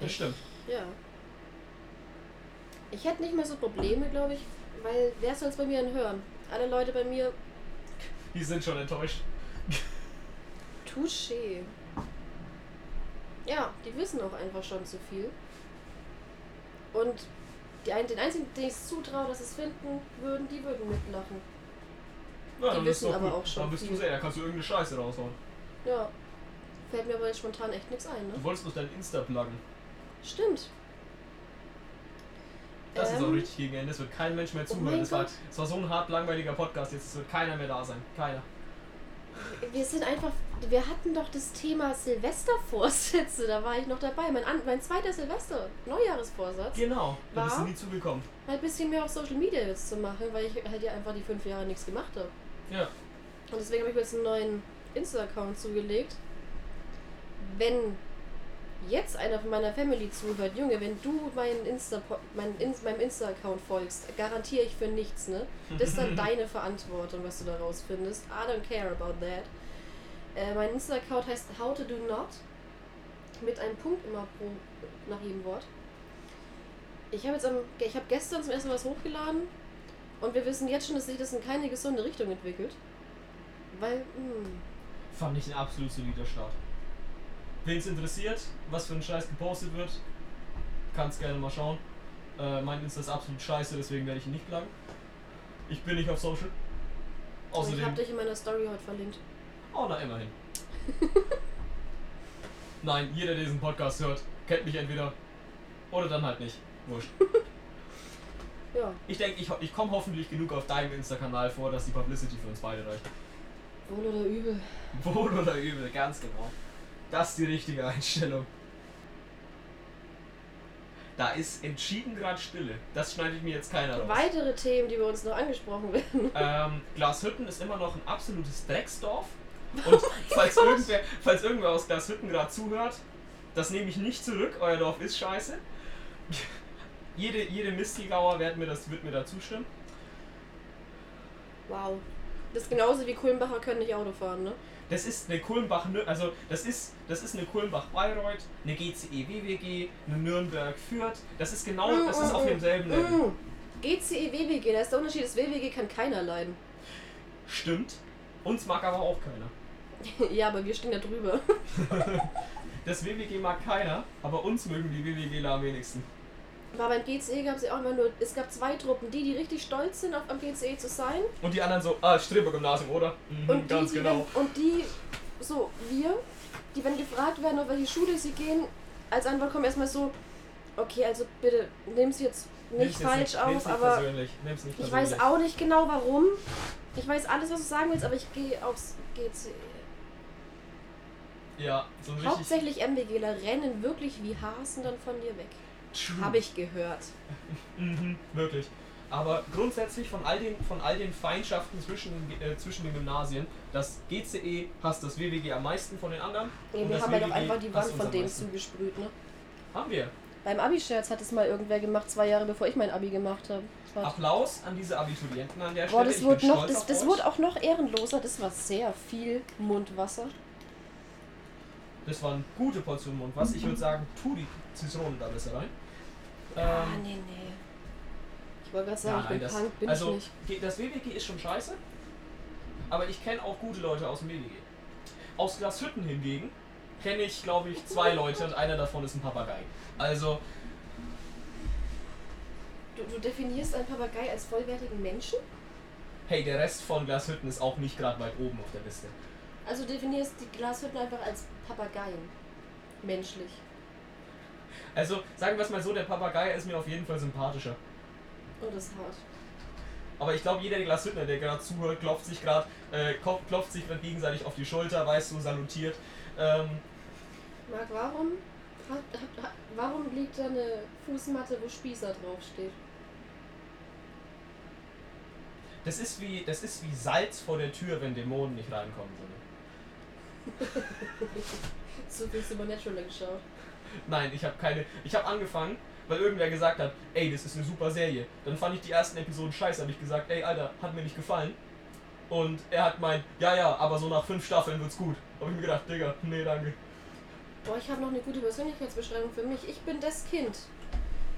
Speaker 2: Das stimmt.
Speaker 1: Ja. Ich hätte nicht mehr so Probleme, glaube ich, weil wer soll es bei mir denn hören? Alle Leute bei mir,
Speaker 2: Die sind schon enttäuscht.
Speaker 1: touché. Ja, die wissen auch einfach schon zu viel. Und die ein, den einzigen, denen ich es zutraue, dass sie es finden würden, die würden mitlachen.
Speaker 2: Ja,
Speaker 1: Die
Speaker 2: dann ist
Speaker 1: wissen
Speaker 2: doch
Speaker 1: aber
Speaker 2: gut.
Speaker 1: auch schon
Speaker 2: Dann bist du
Speaker 1: viel.
Speaker 2: sehr, da kannst du irgendeine Scheiße raushauen.
Speaker 1: Ja. Fällt mir aber jetzt spontan echt nichts ein,
Speaker 2: Du
Speaker 1: ne?
Speaker 2: wolltest doch dein Insta pluggen.
Speaker 1: Stimmt.
Speaker 2: Das ist auch
Speaker 1: Ähm. Oh
Speaker 2: richtig gegen Ende. Es wird kein Mensch mehr zuhören.
Speaker 1: mein
Speaker 2: das, war,
Speaker 1: Gott.
Speaker 2: das war so ein hart langweiliger Podcast. Jetzt wird keiner mehr da sein. Keiner.
Speaker 1: Wir sind einfach, wir hatten doch das Thema Silvestervorsätze, da war ich noch dabei. Mein, an, mein zweiter Silvester, Neujahresvorsatz,
Speaker 2: Genau. Du bist
Speaker 1: War?
Speaker 2: nie zugekommen.
Speaker 1: halt ein bisschen mehr auf Social Media jetzt zu machen, weil ich halt ja einfach die fünf Jahre nichts gemacht habe.
Speaker 2: Ja.
Speaker 1: Und deswegen habe ich mir jetzt einen neuen Insta-Account zugelegt. Wenn jetzt einer von meiner Family zuhört, Junge, wenn du meinen Insta, mein, In- meinem Insta-Account folgst, garantiere ich für nichts, ne? Das ist dann deine Verantwortung, was du daraus findest. I don't care about that. Äh, mein Insta-Account heißt How to Do Not. Mit einem Punkt immer pro nach jedem Wort. Ich habe jetzt am, ich habe gestern zum ersten Mal was hochgeladen und wir wissen jetzt schon, dass sich das in keine gesunde Richtung entwickelt. Weil, hm,
Speaker 2: Fand ich ein absolut solider Start. Wen es interessiert, was für ein Scheiß gepostet wird, kann es gerne mal schauen. Äh, mein Insta ist absolut scheiße, deswegen werde ich ihn nicht pluggen. Ich bin nicht auf Social.
Speaker 1: Oh, ich
Speaker 2: Außerdem.
Speaker 1: habe dich in meiner Story heute verlinkt.
Speaker 2: Oh, na immerhin. Nein, jeder, der diesen Podcast hört, kennt mich entweder oder dann halt nicht. Wurscht.
Speaker 1: Ja,
Speaker 2: Ich denke, ich, ho- ich komme hoffentlich genug auf deinem Insta-Kanal vor, dass die Publicity für uns beide reicht.
Speaker 1: wohl oder übel.
Speaker 2: Wohl oder übel, ganz genau. Das ist die richtige Einstellung. Da ist entschieden gerade Stille. Das schneidet mir jetzt keiner raus.
Speaker 1: Weitere Themen, die bei uns noch angesprochen *laughs* werden.
Speaker 2: Ähm, Glashütten ist immer noch ein absolutes Drecksdorf.
Speaker 1: *laughs* Oh
Speaker 2: Und falls, irgendwer, falls irgendwer aus Glashütten gerade zuhört, das nehme ich nicht zurück, euer Dorf ist scheiße. *laughs* Jede, jede Mistelgauer wird mir, das, wird mir da zustimmen.
Speaker 1: Wow. Das ist genauso wie Kulmbacher können nicht Auto fahren, ne?
Speaker 2: Das ist eine Kulmbach, Nür- also das ist, das ist eine Kulmbach Bayreuth, eine E GCE WWG, eine Nürnberg Fürth. Das ist genau,
Speaker 1: Mm,
Speaker 2: das ist
Speaker 1: mm,
Speaker 2: auf
Speaker 1: mm.
Speaker 2: demselben Level.
Speaker 1: Mm. GCE, WWG, da ist der Unterschied, das WWG kann keiner leiden. *laughs*
Speaker 2: Stimmt. Uns mag aber auch keiner.
Speaker 1: ja, aber wir stehen da drüber. *laughs*
Speaker 2: Das WWG mag keiner, aber uns mögen die WWGler am wenigsten.
Speaker 1: Aber beim GCE gab es ja auch immer nur, es gab zwei Truppen, die, die richtig stolz sind, auf am GCE zu sein.
Speaker 2: Und die anderen so, ah, Strebergymnasium, oder? Mhm,
Speaker 1: Und die,
Speaker 2: ganz
Speaker 1: die,
Speaker 2: genau.
Speaker 1: wenn, und die, so, wir, die, wenn gefragt werden, auf welche Schule sie gehen, als Antwort kommen erstmal so, okay, also bitte, nimm's jetzt nicht
Speaker 2: Nimm's jetzt
Speaker 1: falsch
Speaker 2: nimm's
Speaker 1: auf,
Speaker 2: nicht
Speaker 1: aber
Speaker 2: persönlich, nimm's nicht
Speaker 1: ich
Speaker 2: persönlich.
Speaker 1: weiß auch nicht genau warum. Ich weiß alles, was du sagen willst, aber ich gehe aufs GCE.
Speaker 2: Ja, so ein richtig.
Speaker 1: Hauptsächlich MWGler rennen wirklich wie Hasen dann von dir weg.
Speaker 2: True.
Speaker 1: Habe ich gehört.
Speaker 2: Mhm, wirklich. Aber grundsätzlich von all den, von all den Feindschaften zwischen den, äh, zwischen den Gymnasien, das GCE hasst das WWG am meisten von den anderen.
Speaker 1: Nee,
Speaker 2: und
Speaker 1: wir
Speaker 2: das
Speaker 1: haben ja doch
Speaker 2: WWG
Speaker 1: einfach die
Speaker 2: hasst
Speaker 1: Wand
Speaker 2: uns
Speaker 1: von
Speaker 2: am
Speaker 1: dem
Speaker 2: meisten.
Speaker 1: zugesprüht, ne?
Speaker 2: Haben wir.
Speaker 1: Beim Abi-Scherz hat es mal irgendwer gemacht, zwei Jahre bevor ich mein Abi gemacht habe.
Speaker 2: Applaus an diese Abiturienten an der
Speaker 1: Boah,
Speaker 2: Stelle.
Speaker 1: das
Speaker 2: Ich
Speaker 1: wurde,
Speaker 2: bin
Speaker 1: noch,
Speaker 2: stolz
Speaker 1: das,
Speaker 2: auf
Speaker 1: das
Speaker 2: euch.
Speaker 1: wurde auch noch ehrenloser. Das war sehr viel Mundwasser.
Speaker 2: Das waren gute Portionen und was? Ich würde sagen, tu die Zitronen da besser rein. Ähm,
Speaker 1: nee, nee. Ah, Ich wollte gerade sagen,
Speaker 2: Ja,
Speaker 1: ich
Speaker 2: nein,
Speaker 1: bin
Speaker 2: das-
Speaker 1: Punk, bin
Speaker 2: also,
Speaker 1: ich nicht.
Speaker 2: ge- Das WWG ist schon scheiße, aber ich kenne auch gute Leute aus dem WWG. Aus Glashütten hingegen kenne ich, glaube ich, zwei Leute und einer davon ist ein Papagei. Also,
Speaker 1: Du, du definierst einen Papagei als vollwertigen Menschen?
Speaker 2: hey, der Rest von Glashütten ist auch nicht gerade weit oben auf der Liste.
Speaker 1: Also du definierst die Glashütten einfach als Papageien. Menschlich.
Speaker 2: Also, sagen wir es mal so, der Papagei ist mir auf jeden Fall sympathischer.
Speaker 1: Und das ist hart.
Speaker 2: Aber ich glaube, jeder Glashüttner, der gerade zuhört, klopft sich gerade äh, klopft klopft sich grad gegenseitig auf die Schulter, weißt du, salutiert. Ähm,
Speaker 1: Marc, warum, hat, hat, hat, warum liegt da eine Fußmatte, wo Spießer draufsteht?
Speaker 2: das, ist wie, das ist wie Salz vor der Tür, wenn Dämonen nicht reinkommen sollen.
Speaker 1: Zu viel Supernatural geschaut.
Speaker 2: Nein, ich habe keine. Ich habe angefangen, weil irgendwer gesagt hat, ey, das ist eine super Serie. Dann fand ich die ersten Episoden scheiße, habe ich gesagt, ey, Alter, hat mir nicht gefallen. Und er hat meint, ja, ja, aber so nach fünf Staffeln wird's gut. Habe ich mir gedacht, Digga, nee, danke.
Speaker 1: Boah, ich habe noch eine gute Persönlichkeitsbeschreibung für mich. Ich bin das Kind,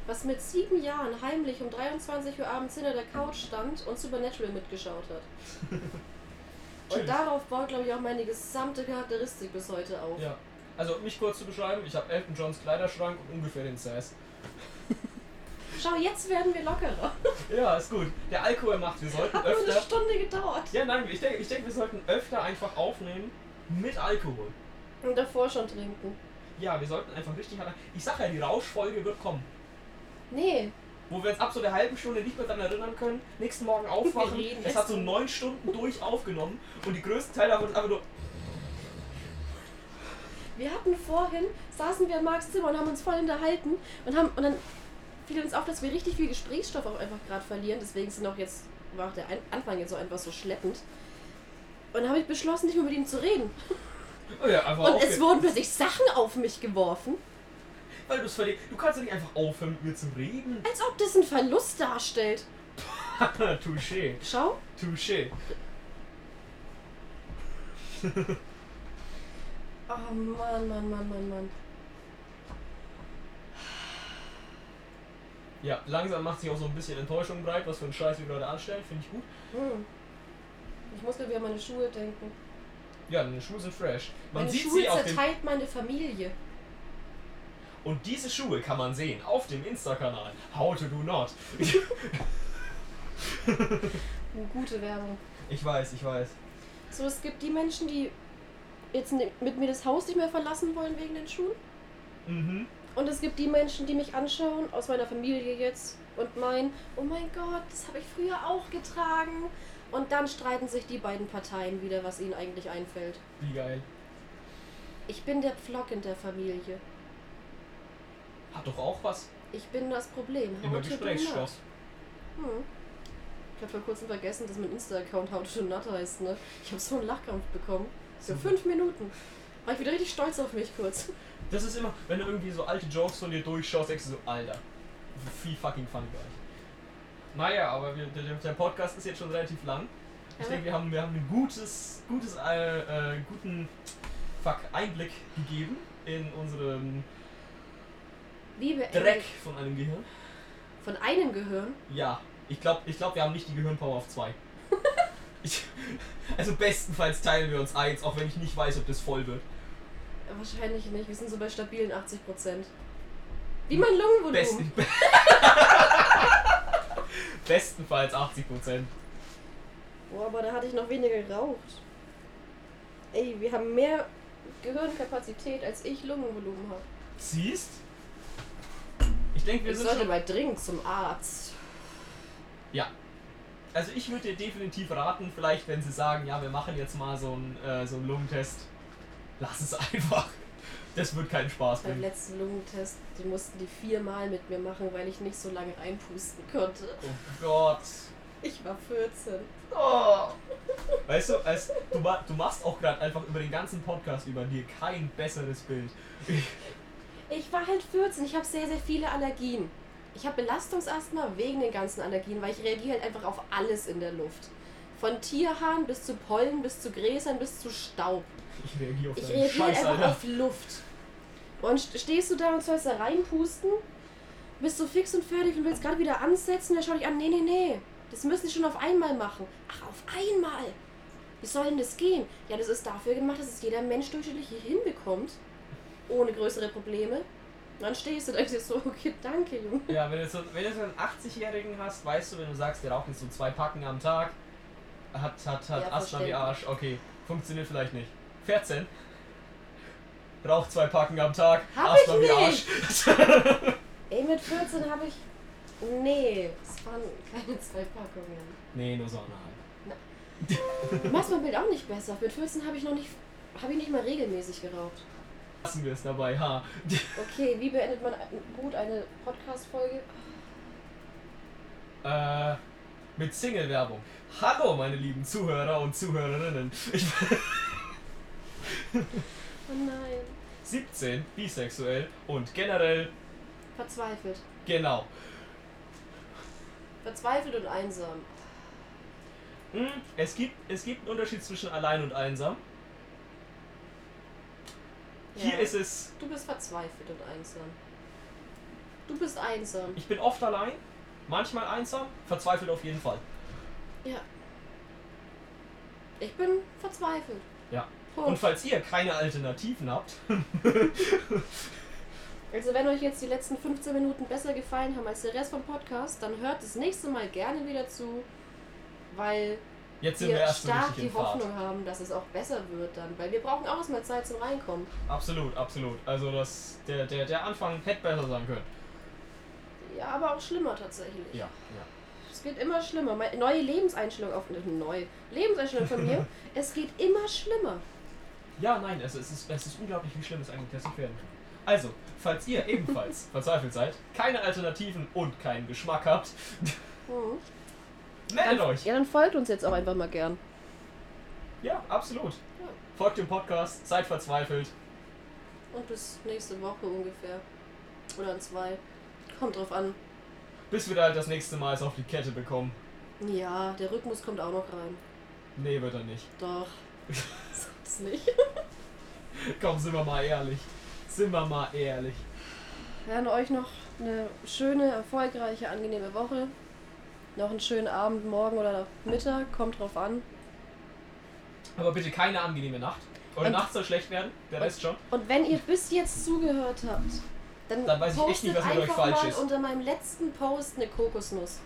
Speaker 1: was mit sieben Jahren heimlich um 23 Uhr abends hinter der Couch stand und Supernatural mitgeschaut
Speaker 2: *laughs*
Speaker 1: hat.
Speaker 2: Tschüss.
Speaker 1: und darauf baut, glaube ich, auch meine gesamte Charakteristik bis heute auf.
Speaker 2: Ja. Also, um mich kurz zu beschreiben, ich habe Elton Johns Kleiderschrank und ungefähr den Sass.
Speaker 1: Schau, jetzt werden wir lockerer.
Speaker 2: Ja, ist gut. Der Alkohol macht, wir sollten
Speaker 1: Hat nur eine
Speaker 2: öfter.
Speaker 1: Stunde gedauert.
Speaker 2: Ja, nein, ich denke, ich denk, wir sollten öfter einfach aufnehmen mit Alkohol.
Speaker 1: Und davor schon trinken.
Speaker 2: Ja, wir sollten einfach richtig. Ich sag ja, die Rauschfolge wird kommen.
Speaker 1: Nee,
Speaker 2: wo wir uns ab so der halben Stunde nicht mehr daran erinnern können, nächsten Morgen aufwachen,
Speaker 1: Wir reden
Speaker 2: es
Speaker 1: jetzt
Speaker 2: hat so
Speaker 1: nicht.
Speaker 2: neun Stunden durch aufgenommen und die größten Teile haben uns einfach nur,
Speaker 1: Wir hatten vorhin, saßen wir in Marks Zimmer und haben uns voll unterhalten und haben und dann fiel uns auf, dass wir richtig viel Gesprächsstoff auch einfach gerade verlieren. Deswegen sind auch jetzt, war auch der Ein- Anfang jetzt so einfach so schleppend. Und dann habe ich beschlossen, nicht mehr mit ihm zu reden.
Speaker 2: oh ja, einfach
Speaker 1: Und es
Speaker 2: aufhören.
Speaker 1: wurden plötzlich Sachen auf mich geworfen,
Speaker 2: Weil du es verlierst. Du kannst ja nicht einfach aufhören, mit mir zu
Speaker 1: *laughs*
Speaker 2: reden.
Speaker 1: als ob das einen Verlust darstellt.
Speaker 2: Touché,
Speaker 1: Schau,
Speaker 2: touché.
Speaker 1: Oh Mann, Mann, Mann, Mann, Mann.
Speaker 2: Ja, langsam macht sich auch so ein bisschen Enttäuschung breit, was für einen Scheiß wir gerade anstellen, finde ich gut.
Speaker 1: Hm. Ich muss gerade wieder an meine Schuhe denken.
Speaker 2: Ja, deine Schuhe sind fresh. Man
Speaker 1: meine
Speaker 2: sieht
Speaker 1: Schuhe
Speaker 2: sie auf dem...
Speaker 1: zerteilt meine Familie.
Speaker 2: Und diese Schuhe kann man sehen auf dem Insta-Kanal. How to do
Speaker 1: *laughs*
Speaker 2: not.
Speaker 1: Gute Werbung.
Speaker 2: ich weiß, ich weiß.
Speaker 1: So, es gibt die Menschen, die jetzt ne- mit mir das Haus nicht mehr verlassen wollen wegen den Schuhen.
Speaker 2: Mhm.
Speaker 1: Und es gibt die Menschen, die mich anschauen, aus meiner Familie jetzt, und meinen, oh mein Gott, das habe ich früher auch getragen. Und dann streiten sich die beiden Parteien wieder, was ihnen eigentlich einfällt.
Speaker 2: Wie geil.
Speaker 1: Ich bin der Pflock in der Familie.
Speaker 2: Hat doch auch was.
Speaker 1: Ich bin das Problem. How
Speaker 2: Immer
Speaker 1: to do
Speaker 2: Gesprächsstoff.
Speaker 1: not. Hm. Ich habe vor kurzem vergessen, dass mein Insta-Account How to Nut heißt, ne? Ich habe so einen Lachkampf bekommen. So
Speaker 2: Super.
Speaker 1: fünf Minuten. War ich wieder richtig stolz auf mich kurz.
Speaker 2: Das ist immer, wenn du irgendwie so alte Jokes von dir durchschaust, denkst du so, Alter, wie fucking fun gleich. Naja, aber wir, der, der Podcast ist jetzt schon relativ lang. Ich
Speaker 1: Ja.
Speaker 2: denke, wir haben, wir haben ein gutes, gutes, äh, äh, guten fuck, Einblick gegeben in unseren
Speaker 1: Wie beendet-
Speaker 2: Dreck von einem Gehirn.
Speaker 1: Von einem Gehirn?
Speaker 2: Ja, ich glaube, ich glaub, wir haben nicht die Gehirnpower auf zwei. ich, also bestenfalls teilen wir uns eins, auch wenn ich nicht weiß, ob das voll wird.
Speaker 1: Äh, Wahrscheinlich nicht. Wir sind so bei stabilen 80 Prozent. Wie mein Lungenvolumen.
Speaker 2: Besten, *laughs* bestenfalls 80 Prozent.
Speaker 1: Boah, aber da hatte ich noch weniger geraucht. Ey, wir haben mehr Gehirnkapazität, als ich Lungenvolumen habe.
Speaker 2: Siehst? Ich denke, wir
Speaker 1: Ich
Speaker 2: sind
Speaker 1: sollte
Speaker 2: schon.
Speaker 1: mal dringend zum Arzt.
Speaker 2: Also ich würde dir definitiv raten, vielleicht wenn sie sagen, ja, wir machen jetzt mal so einen, äh, so einen Lungentest, lass es *laughs* einfach. Das wird keinen Spaß
Speaker 1: Beim
Speaker 2: bringen.
Speaker 1: letzten Lungentest, den mussten die viermal mit mir machen, weil ich nicht so lange reinpusten konnte.
Speaker 2: Oh Gott.
Speaker 1: Ich war 14.
Speaker 2: Oh. Weißt du, als, du, ma- du machst auch gerade einfach über den ganzen Podcast über dir kein besseres Bild.
Speaker 1: Ich war halt 14. Ich habe sehr, sehr viele Allergien. Ich habe Belastungsasthma wegen den ganzen Allergien, weil ich reagiere halt einfach auf alles in der Luft. Von Tierhaaren bis zu Pollen, bis zu Gräsern, bis zu Staub.
Speaker 2: Ich reagiere auf
Speaker 1: Ich
Speaker 2: deinen
Speaker 1: reagiere
Speaker 2: Scheiß,
Speaker 1: einfach
Speaker 2: Alter.
Speaker 1: auf Luft. Und st- stehst du da und sollst da reinpusten bist so fix und fertig und willst gerade wieder ansetzen, dann schau dich an, nee, nee, nee. Das müssen die schon auf einmal machen. Ach, auf einmal? Wie soll denn das gehen? Ja, das ist dafür gemacht, dass es jeder Mensch durchschnittlich hier hinbekommt. Ohne größere Probleme. Und dann stehst du da und denkst dir so, okay, danke, Junge.
Speaker 2: Ja, wenn du so, wenn du so einen 80-Jährigen hast, weißt du, wenn du sagst, der raucht jetzt so zwei Packen am Tag, hat, hat, hat
Speaker 1: Ja,
Speaker 2: Asthma wie
Speaker 1: verständlich.
Speaker 2: Arsch, okay, funktioniert vielleicht nicht. 14. Raucht zwei Packen am Tag,
Speaker 1: Hab
Speaker 2: Asthma
Speaker 1: ich
Speaker 2: wie Arsch.
Speaker 1: Ey, mit 14 habe ich. Nee, es waren keine zwei Packungen.
Speaker 2: nee, nur so eine halbe.
Speaker 1: Du machst mein Bild auch nicht besser. Mit 14 habe ich noch nicht. habe ich nicht mal regelmäßig geraucht.
Speaker 2: Lassen wir es dabei, ha.
Speaker 1: Okay, wie beendet man ein- gut eine Podcast-Folge?
Speaker 2: Äh, mit Single-Werbung. Hallo, meine lieben Zuhörer und Zuhörerinnen. Ich bin
Speaker 1: Oh nein.
Speaker 2: 17, bisexuell und generell
Speaker 1: Verzweifelt.
Speaker 2: genau.
Speaker 1: Verzweifelt und einsam.
Speaker 2: Hm, Es gibt, es gibt einen Unterschied zwischen allein und einsam. Hier
Speaker 1: Ja.
Speaker 2: ist es,
Speaker 1: Du bist verzweifelt und einsam. Du bist einsam.
Speaker 2: ich bin oft allein, manchmal einsam, verzweifelt auf jeden Fall.
Speaker 1: Ja. Ich bin verzweifelt.
Speaker 2: Ja. Und
Speaker 1: Punkt.
Speaker 2: falls ihr keine Alternativen habt, *laughs*
Speaker 1: Also wenn euch jetzt die letzten 15 Minuten besser gefallen haben als der Rest vom Podcast, dann hört das nächste Mal gerne wieder zu, weil
Speaker 2: jetzt sind wir
Speaker 1: wir
Speaker 2: erst so
Speaker 1: stark
Speaker 2: richtig
Speaker 1: die
Speaker 2: in Fahrt.
Speaker 1: Hoffnung haben, dass es auch besser wird dann, weil wir brauchen auch erstmal Zeit zum Reinkommen.
Speaker 2: Absolut, absolut. Also das, der, der, der Anfang hätte besser sein können.
Speaker 1: Ja, aber auch schlimmer tatsächlich.
Speaker 2: Ja, ja.
Speaker 1: Es wird immer schlimmer. Meine neue Lebenseinstellung auf neue Lebenseinstellung von mir. es geht immer schlimmer.
Speaker 2: Ja, nein, es, es, ist, es ist unglaublich, wie schlimm es eigentlich tatsächlich werden kann. Also, falls ihr
Speaker 1: *laughs*
Speaker 2: ebenfalls verzweifelt seid, keine Alternativen und keinen Geschmack habt, *laughs*
Speaker 1: Mhm.
Speaker 2: meldet euch.
Speaker 1: Ja, dann folgt uns jetzt auch einfach mal gern.
Speaker 2: Ja, absolut. Folgt dem Podcast, seid verzweifelt.
Speaker 1: Und bis nächste Woche ungefähr. Oder in zwei. Kommt drauf an.
Speaker 2: Bis wir da halt das nächste Mal es auf die Kette bekommen.
Speaker 1: Ja, der Rhythmus kommt auch noch rein.
Speaker 2: Nee, wird er nicht.
Speaker 1: Doch. Sagt's nicht.
Speaker 2: Komm, sind wir mal ehrlich. Sind wir mal ehrlich.
Speaker 1: Wir haben euch noch eine schöne, erfolgreiche, angenehme Woche. Noch einen schönen Abend, morgen oder Mittag. Kommt drauf an.
Speaker 2: Aber bitte keine angenehme Nacht. Eure
Speaker 1: Und-
Speaker 2: Nacht soll schlecht werden, der Rest schon.
Speaker 1: Und wenn ihr bis jetzt zugehört habt, dann,
Speaker 2: Dann weiß ich echt
Speaker 1: postet
Speaker 2: nicht, was mit euch
Speaker 1: einfach
Speaker 2: falsch
Speaker 1: mal
Speaker 2: ist.
Speaker 1: unter meinem letzten Post eine Kokosnuss.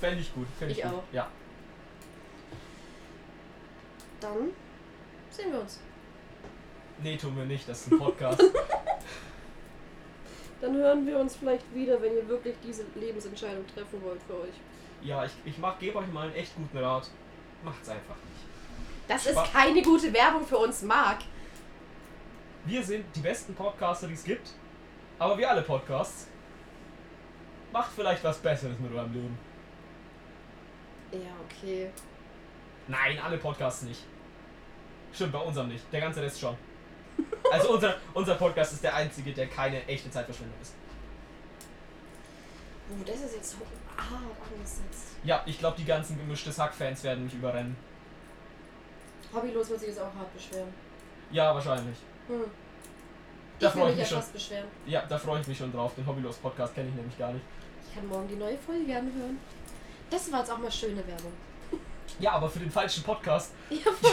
Speaker 2: Fände ich gut. Fänd ich
Speaker 1: Ich
Speaker 2: gut.
Speaker 1: auch.
Speaker 2: Ja.
Speaker 1: Dann sehen wir uns.
Speaker 2: Nee, tun wir nicht, das ist ein
Speaker 1: *laughs*
Speaker 2: Podcast.
Speaker 1: Dann hören wir uns vielleicht wieder, wenn ihr wirklich diese Lebensentscheidung treffen wollt für euch.
Speaker 2: ja, ich, ich mach- geb euch mal einen echt guten Rat. Macht's einfach nicht.
Speaker 1: Das
Speaker 2: Spa-
Speaker 1: ist keine gute Werbung für uns, Marc.
Speaker 2: Wir sind die besten Podcaster, die es gibt. Aber wie alle Podcasts, macht vielleicht was Besseres mit eurem Leben.
Speaker 1: Ja, okay.
Speaker 2: Nein, alle Podcasts nicht. Stimmt, bei unserem nicht. Der ganze Rest
Speaker 1: *laughs*
Speaker 2: schon. Also unser, unser Podcast ist der einzige, der keine echte Zeitverschwendung ist.
Speaker 1: Oh, das ist jetzt so hart angesetzt.
Speaker 2: Ja, ich glaube, die ganzen gemischtes Hack-Fans werden mich überrennen.
Speaker 1: Hobbylos wird sich jetzt auch hart beschweren.
Speaker 2: Ja, wahrscheinlich.
Speaker 1: Hm.
Speaker 2: Da
Speaker 1: ich
Speaker 2: freu
Speaker 1: will
Speaker 2: ich
Speaker 1: mich ja
Speaker 2: mich schon.
Speaker 1: fast beschweren.
Speaker 2: Ja, da freue ich mich schon drauf. Den Hobbylos-Podcast kenne ich nämlich gar nicht.
Speaker 1: Ich kann morgen die neue Folge anhören. Das war jetzt auch mal schöne Werbung.
Speaker 2: Ja, aber für den falschen Podcast.
Speaker 1: Ja, voll.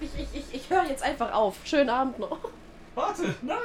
Speaker 1: ich ich, ich, ich höre jetzt einfach auf. Schönen Abend noch.
Speaker 2: Warte, nein!